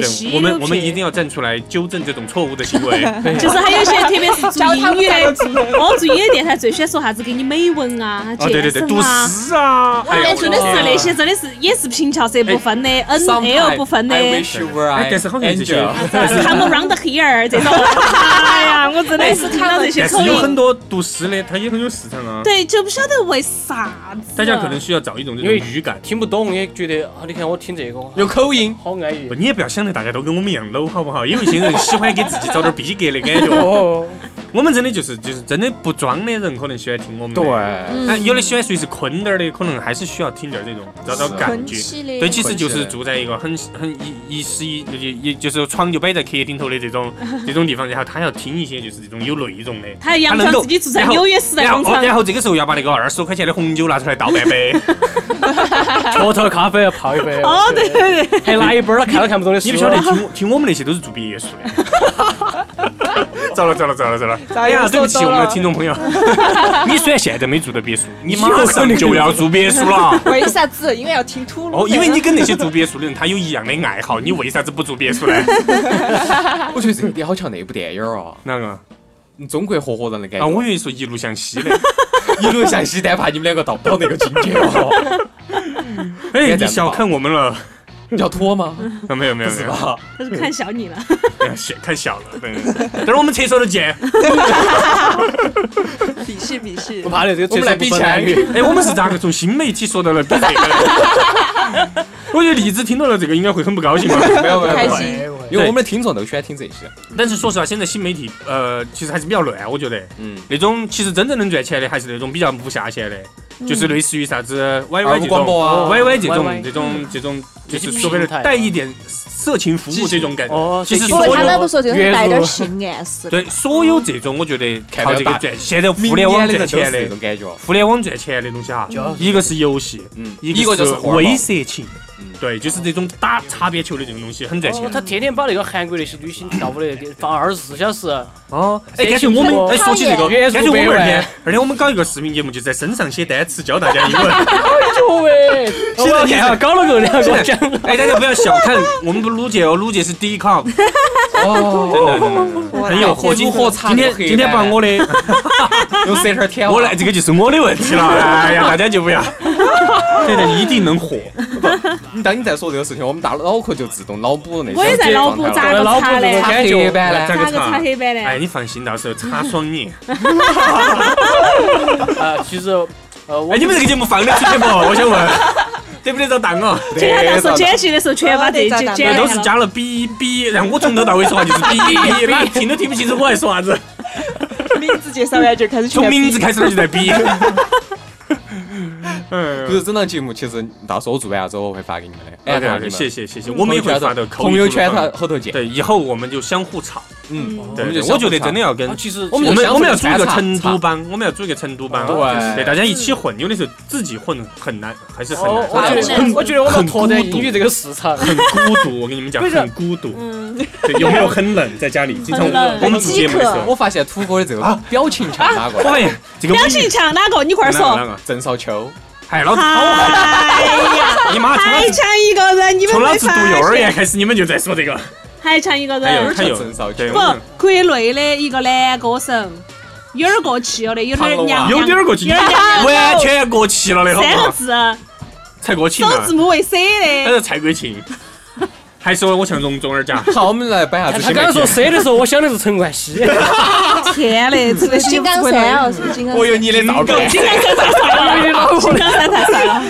[SPEAKER 6] 做的
[SPEAKER 5] 不对？
[SPEAKER 6] 稀
[SPEAKER 5] 我们
[SPEAKER 6] 溜
[SPEAKER 5] 我们一定
[SPEAKER 6] 片。
[SPEAKER 5] 要站出来纠正这种错误的行 为。哎
[SPEAKER 6] 就是还有一些，特别是做
[SPEAKER 4] 教他
[SPEAKER 6] 英
[SPEAKER 4] 们
[SPEAKER 6] 语
[SPEAKER 4] 咋个
[SPEAKER 6] 的，
[SPEAKER 4] 做人
[SPEAKER 6] 哦，做英语电台最喜欢说啥子给你美文啊、
[SPEAKER 5] 哦，对对对，
[SPEAKER 6] 健
[SPEAKER 5] 读
[SPEAKER 6] 身啊。
[SPEAKER 5] 诗啊，哎呀，
[SPEAKER 4] 感
[SPEAKER 5] 我
[SPEAKER 4] 觉
[SPEAKER 6] 真的是
[SPEAKER 5] 天啊
[SPEAKER 6] 那些，真的是也是平翘舌不分的，N L
[SPEAKER 2] Sometime
[SPEAKER 6] 不分的
[SPEAKER 2] 哎 I，wish you were
[SPEAKER 5] 哎但是好像这些
[SPEAKER 2] angel
[SPEAKER 6] 啥子 Come around here 这种，哎呀，我真的是听到这些
[SPEAKER 5] 但
[SPEAKER 6] 口
[SPEAKER 5] 是有很
[SPEAKER 6] 音，
[SPEAKER 5] 多读诗的，他也很有市场啊。
[SPEAKER 6] 对，就不晓得为啥子。啊
[SPEAKER 5] 大家可能需要找一种这
[SPEAKER 3] 因
[SPEAKER 5] 种
[SPEAKER 3] 为
[SPEAKER 5] 语感。
[SPEAKER 3] 听不懂也觉得啊，你看我听这个，我
[SPEAKER 2] 有口音，
[SPEAKER 3] 好安逸
[SPEAKER 5] 不，。你也不要想得大家都跟我们一样 low 好不好？有一些人喜欢给自己找点逼格的感觉。
[SPEAKER 3] 哦，
[SPEAKER 5] 我们真的就是就是真的不装的人，可能喜欢听我们的。
[SPEAKER 2] 对，
[SPEAKER 5] 但
[SPEAKER 4] 嗯
[SPEAKER 5] 有的喜欢属于是困点儿的，可能还是需要听点儿这种找找
[SPEAKER 2] 是
[SPEAKER 5] 感
[SPEAKER 4] 困
[SPEAKER 5] 觉。
[SPEAKER 4] 起的，
[SPEAKER 5] 对，其实就
[SPEAKER 2] 困起
[SPEAKER 5] 是
[SPEAKER 2] 来
[SPEAKER 5] 住在一个很很一一室一也也就是说床就摆在客厅头的这 种这种地方，然后他要听一些就是这种有内容的。
[SPEAKER 6] 他佯装
[SPEAKER 5] 能够
[SPEAKER 6] 自己住在
[SPEAKER 5] 然后
[SPEAKER 6] 纽约时代
[SPEAKER 5] 然
[SPEAKER 6] 广
[SPEAKER 5] 后、哦
[SPEAKER 6] 场，
[SPEAKER 5] 然后这个时候要把那个二十多块钱的红酒拿出来倒半 杯，
[SPEAKER 3] 头头咖啡要泡一杯。哦，对对对，还拿一本儿他看都看不懂的书。啊
[SPEAKER 5] 你不晓得听我听我们那些都是做别墅的。糟了糟了糟了糟了！
[SPEAKER 4] 咋
[SPEAKER 5] 哎呀，
[SPEAKER 4] 又
[SPEAKER 5] 对不起
[SPEAKER 4] 收
[SPEAKER 5] 我
[SPEAKER 4] 到
[SPEAKER 5] 们的
[SPEAKER 4] 了
[SPEAKER 5] 听众朋友，你虽然现在没住到别墅，你马上就要住别墅了。
[SPEAKER 4] 为啥子？因为要听吐露。
[SPEAKER 5] 哦，因为你跟那些住别墅的人他有一样的爱好，你为啥子不住别墅呢？
[SPEAKER 2] 我觉得这一点好像那部电影儿哦，
[SPEAKER 5] 哪个？
[SPEAKER 2] 中国合伙人的感
[SPEAKER 5] 啊，
[SPEAKER 2] 觉，
[SPEAKER 5] 我以为说一路向西的。
[SPEAKER 2] 一路向西，但怕你们两个到不到那个境界哦。
[SPEAKER 5] 哎，
[SPEAKER 2] 别
[SPEAKER 5] 你
[SPEAKER 2] 讲
[SPEAKER 5] 小
[SPEAKER 2] 了
[SPEAKER 5] 看我们了？
[SPEAKER 2] 你要脱 吗？
[SPEAKER 5] 啊，没有没有没
[SPEAKER 2] 是
[SPEAKER 5] 有，
[SPEAKER 2] 吧？
[SPEAKER 6] 他是看小你了。
[SPEAKER 5] 哎小太小了。对，等会儿我们厕所头见。
[SPEAKER 4] 鄙视鄙视
[SPEAKER 3] 不。怕的，这个
[SPEAKER 2] 我们来比
[SPEAKER 3] 来
[SPEAKER 2] 前语。
[SPEAKER 5] 哎，我们是咋个从新媒体说到了比这个的？ 我觉得荔枝听到了这个应该会很不高兴吧。
[SPEAKER 2] 没有没有没
[SPEAKER 4] 开
[SPEAKER 2] 有，
[SPEAKER 4] 心，
[SPEAKER 2] 因为我们的听众都喜欢听这些。
[SPEAKER 5] 但是说实话，现在新媒体呃，其实还是比较乱，我觉得。
[SPEAKER 2] 嗯，
[SPEAKER 5] 那种其实真正能赚钱的，还是那种比较无下限的，就是类似于啥子 YY 这
[SPEAKER 2] 广
[SPEAKER 5] 种
[SPEAKER 2] 播啊，
[SPEAKER 5] ，YY 这种
[SPEAKER 3] YY
[SPEAKER 5] 这
[SPEAKER 2] 嗯
[SPEAKER 5] 种这种，就是
[SPEAKER 3] 这些
[SPEAKER 5] 所谓的
[SPEAKER 3] 平台
[SPEAKER 5] 带一点色情服务这种感觉。
[SPEAKER 3] 哦，
[SPEAKER 5] 其实
[SPEAKER 4] 不
[SPEAKER 5] 说
[SPEAKER 4] 过
[SPEAKER 5] 有
[SPEAKER 4] 他们不说这种是带点儿性暗示的，
[SPEAKER 5] 对，所有这种我觉得
[SPEAKER 2] 看
[SPEAKER 5] 靠
[SPEAKER 2] 得
[SPEAKER 5] 这个
[SPEAKER 2] 大
[SPEAKER 5] 赚，现在互
[SPEAKER 2] 明
[SPEAKER 5] 联网
[SPEAKER 2] 眼的
[SPEAKER 5] 赚
[SPEAKER 2] 人都是
[SPEAKER 5] 钱
[SPEAKER 2] 这
[SPEAKER 5] 的
[SPEAKER 2] 种，感觉。哦
[SPEAKER 5] 互联网赚钱的东西哈，一个是游戏，
[SPEAKER 2] 嗯，
[SPEAKER 5] 一
[SPEAKER 2] 个
[SPEAKER 5] 个
[SPEAKER 2] 就是
[SPEAKER 5] 是
[SPEAKER 2] 荷尔蒙
[SPEAKER 5] 猥亵情
[SPEAKER 2] 嗯，
[SPEAKER 5] 对，就是这种打擦边球的这种东西很赚
[SPEAKER 3] 哦
[SPEAKER 5] 钱。
[SPEAKER 3] 他天天把那个韩国那些女星跳舞的给放二十四小 时，
[SPEAKER 5] 哦，哎，
[SPEAKER 3] 谁
[SPEAKER 5] 干脆我
[SPEAKER 3] 听
[SPEAKER 5] 们
[SPEAKER 3] 过
[SPEAKER 5] 哎说起这个，
[SPEAKER 3] 月入
[SPEAKER 5] 干脆我们二
[SPEAKER 3] 百万
[SPEAKER 5] 天，二天我们搞一个视频节目，就在身上写单词教大家英文。
[SPEAKER 3] 各位，
[SPEAKER 5] 现在
[SPEAKER 3] 哎我
[SPEAKER 5] 你
[SPEAKER 3] 看搞了个两个奖，
[SPEAKER 5] 哎，大家不要小看我们的卢姐哦，卢姐是第一靠，真
[SPEAKER 2] 哦，
[SPEAKER 5] 的真的
[SPEAKER 4] 我
[SPEAKER 5] 很有
[SPEAKER 4] 来
[SPEAKER 5] 活
[SPEAKER 2] 如
[SPEAKER 5] 今
[SPEAKER 2] 何擦
[SPEAKER 5] 今
[SPEAKER 2] 亮
[SPEAKER 5] 天
[SPEAKER 2] 黑
[SPEAKER 5] 今天把
[SPEAKER 2] 板
[SPEAKER 5] 我的，
[SPEAKER 2] 用舌头舔
[SPEAKER 5] 我来这个就是我的问题了。哎呀，大家就不要，现在一定能火。
[SPEAKER 2] 你当你在说这个事情，我们大脑壳就自动脑补那些
[SPEAKER 6] 我也在脑补
[SPEAKER 2] 状态
[SPEAKER 6] 咋
[SPEAKER 2] 了
[SPEAKER 6] 个
[SPEAKER 3] 老
[SPEAKER 6] 擦
[SPEAKER 3] 婆
[SPEAKER 6] 嘞
[SPEAKER 3] 这，个感觉
[SPEAKER 2] 黑板嘞
[SPEAKER 5] 咋
[SPEAKER 6] 咋
[SPEAKER 5] 个
[SPEAKER 6] 个擦
[SPEAKER 5] 擦？
[SPEAKER 6] 黑板嘞？
[SPEAKER 5] 哎，你放心，到时候擦爽你。
[SPEAKER 3] 啊，其实，呃，我
[SPEAKER 5] 哎，你们这个节目放得出去不？我想问，对不对？找档哦。
[SPEAKER 6] 其实他到时候剪辑的时候，
[SPEAKER 4] 哦
[SPEAKER 6] 全把这一集剪
[SPEAKER 5] 那
[SPEAKER 6] 完
[SPEAKER 5] 都是
[SPEAKER 6] 了。
[SPEAKER 5] 加了哔哔，然后我从头到尾说话就是哔哔，那听都听不清楚我在说啥子，
[SPEAKER 4] 名字介绍完就开始
[SPEAKER 5] 从
[SPEAKER 4] 全
[SPEAKER 5] 名字开始他就哎在哔。嗯
[SPEAKER 2] 不是整档节目，其实到时候我做完啊了之后我会发给你 们的。哎，
[SPEAKER 5] OK
[SPEAKER 2] 发给
[SPEAKER 5] OK，
[SPEAKER 2] 你们
[SPEAKER 5] 谢谢谢谢，我们也会发到口语
[SPEAKER 2] 朋友圈
[SPEAKER 5] 俱乐
[SPEAKER 2] 它
[SPEAKER 5] 部
[SPEAKER 2] 后头见。
[SPEAKER 5] 对，以后我们就相互炒。
[SPEAKER 2] 嗯，
[SPEAKER 5] 对，
[SPEAKER 2] 我们就
[SPEAKER 5] 对
[SPEAKER 2] 相互
[SPEAKER 5] 我觉得真的要跟
[SPEAKER 3] 啊其实
[SPEAKER 2] 我
[SPEAKER 5] 我
[SPEAKER 2] 们就
[SPEAKER 5] 们
[SPEAKER 2] 相
[SPEAKER 5] 我
[SPEAKER 2] 互
[SPEAKER 5] 们要组一个
[SPEAKER 2] 查
[SPEAKER 5] 成
[SPEAKER 2] 查
[SPEAKER 5] 都帮，我们要组一个成都帮，
[SPEAKER 2] 对
[SPEAKER 5] 对，大家一起混，有的时候自己混很难，还是很
[SPEAKER 3] 哦
[SPEAKER 5] 难，，
[SPEAKER 3] 我觉
[SPEAKER 5] 很
[SPEAKER 3] 得我觉得我们
[SPEAKER 5] 很
[SPEAKER 3] 拓展英语这个市 场，
[SPEAKER 5] 很孤独。我跟你们讲，
[SPEAKER 3] 不是
[SPEAKER 5] 很孤独。
[SPEAKER 6] 嗯，
[SPEAKER 5] 对，有没有很冷在家里？经常
[SPEAKER 6] 很冷
[SPEAKER 5] 我们组节目的时候，
[SPEAKER 2] 我发现土哥的这
[SPEAKER 5] 啊
[SPEAKER 2] 个表情强哪
[SPEAKER 5] 我
[SPEAKER 2] 个？
[SPEAKER 5] 发现这个
[SPEAKER 6] 表情强哪个？你快
[SPEAKER 5] 哪
[SPEAKER 6] 说
[SPEAKER 5] 个。哪个？
[SPEAKER 2] 郑少秋。
[SPEAKER 5] 哎，老子好狠！
[SPEAKER 6] 哎呀，
[SPEAKER 5] 你妈从老
[SPEAKER 6] 还
[SPEAKER 5] 子
[SPEAKER 6] 强一个人，你们
[SPEAKER 5] 从老
[SPEAKER 6] 没
[SPEAKER 5] 子
[SPEAKER 6] 发
[SPEAKER 5] 读幼儿园
[SPEAKER 6] 现？
[SPEAKER 5] 开始，你们就在说这个。
[SPEAKER 6] 还强一个
[SPEAKER 5] 还有
[SPEAKER 6] 人，
[SPEAKER 5] 还有
[SPEAKER 2] 郑少，秋
[SPEAKER 5] 对，
[SPEAKER 6] 不
[SPEAKER 5] 我们
[SPEAKER 6] 国内的一个男歌手，有点过气了的，有点娘娘，
[SPEAKER 5] 啊有点儿过去，
[SPEAKER 6] 有点娘
[SPEAKER 5] 完全过气了的，好不
[SPEAKER 6] 三个
[SPEAKER 5] 好？
[SPEAKER 6] 字，
[SPEAKER 5] 才过气
[SPEAKER 6] 首
[SPEAKER 5] 嘛
[SPEAKER 6] 字，母为 C
[SPEAKER 5] 他
[SPEAKER 6] 的。
[SPEAKER 5] 是蔡国庆，还说我像容祖儿家。
[SPEAKER 2] 好，我们来摆下
[SPEAKER 3] 他
[SPEAKER 2] 子
[SPEAKER 3] 他
[SPEAKER 2] 新
[SPEAKER 3] 刚
[SPEAKER 2] 媒
[SPEAKER 3] 刚
[SPEAKER 2] 体
[SPEAKER 3] 说。C 的时候，我想的是陈冠 希，
[SPEAKER 6] 天嘞， 真的
[SPEAKER 4] 是金刚山哦，是不是金刚
[SPEAKER 2] 我
[SPEAKER 4] 山？
[SPEAKER 2] 有你的照片。
[SPEAKER 5] 啊
[SPEAKER 6] 金 刚山太帅了。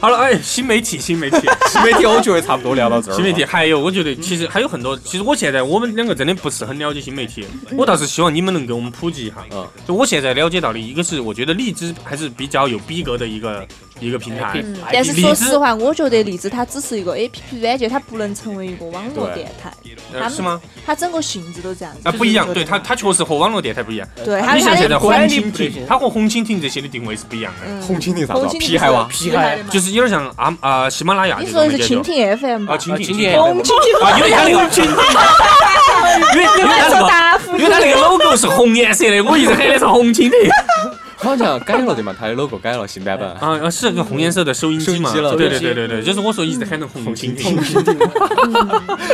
[SPEAKER 5] 好了，哎，新媒体，新媒 体，
[SPEAKER 2] 新媒体我觉得差不多聊到这儿。
[SPEAKER 5] 新媒体，，还有我觉得其实还有很多，其实我现在我们两个真的不是很了解新媒体，我倒是希望你们能给我们普及一下。
[SPEAKER 2] 嗯，
[SPEAKER 5] 就我现在了解到的，一个是我觉得荔枝还是比较有逼格的一个一个平台
[SPEAKER 4] 嗯，
[SPEAKER 5] 哎
[SPEAKER 4] 但是
[SPEAKER 5] 荔
[SPEAKER 4] 说
[SPEAKER 5] 枝
[SPEAKER 4] 实话，我觉得荔枝它只是一个 A P P 软件，它不能成为一个网络电台，
[SPEAKER 5] 呃是吗？
[SPEAKER 4] 它整个性质都这样子。
[SPEAKER 5] 啊，不一样，对它
[SPEAKER 4] 它
[SPEAKER 5] 它确实和网络电台不一样。
[SPEAKER 4] 对它
[SPEAKER 5] 你像
[SPEAKER 4] 它
[SPEAKER 5] 现在
[SPEAKER 4] 的
[SPEAKER 5] 红
[SPEAKER 3] 管理
[SPEAKER 5] 蜻
[SPEAKER 3] 不就
[SPEAKER 5] 蜓，
[SPEAKER 3] 行
[SPEAKER 5] 它和红蜻蜓这些的定位是不一样的，
[SPEAKER 4] 嗯
[SPEAKER 2] 红蜻蜓啥
[SPEAKER 4] 红
[SPEAKER 2] 子
[SPEAKER 4] 蜻？蜓
[SPEAKER 2] 屁孩娃。
[SPEAKER 4] 屁孩的嘛
[SPEAKER 5] 就是有点像啊啊喜马拉雅
[SPEAKER 4] 你
[SPEAKER 5] 这
[SPEAKER 4] 说
[SPEAKER 5] 种
[SPEAKER 4] 的
[SPEAKER 5] 的
[SPEAKER 4] 是
[SPEAKER 5] 节
[SPEAKER 4] 蜻
[SPEAKER 5] 奏。
[SPEAKER 4] 蜓 F M 吧
[SPEAKER 5] 啊，？蜻蜓，
[SPEAKER 3] 蜻
[SPEAKER 5] 蜓
[SPEAKER 3] 蜓
[SPEAKER 5] 啊，
[SPEAKER 4] 红蜻蜓
[SPEAKER 5] 因为 它那个蜻蜓，因为因为它那
[SPEAKER 4] 说
[SPEAKER 5] 个
[SPEAKER 4] 答复
[SPEAKER 5] 因为它那个 logo 是红颜色的，我一直喊的是红蜻蜓。
[SPEAKER 2] 好像改了对嘛，它的 logo 改了新版本。
[SPEAKER 5] 啊啊，是个红颜色的收音
[SPEAKER 2] 收
[SPEAKER 5] 机
[SPEAKER 2] 音
[SPEAKER 5] 嘛？
[SPEAKER 2] 机了
[SPEAKER 5] 对对
[SPEAKER 3] 收音
[SPEAKER 5] 对
[SPEAKER 3] 机
[SPEAKER 5] 对对，就是我说一直喊的红蜻蜓。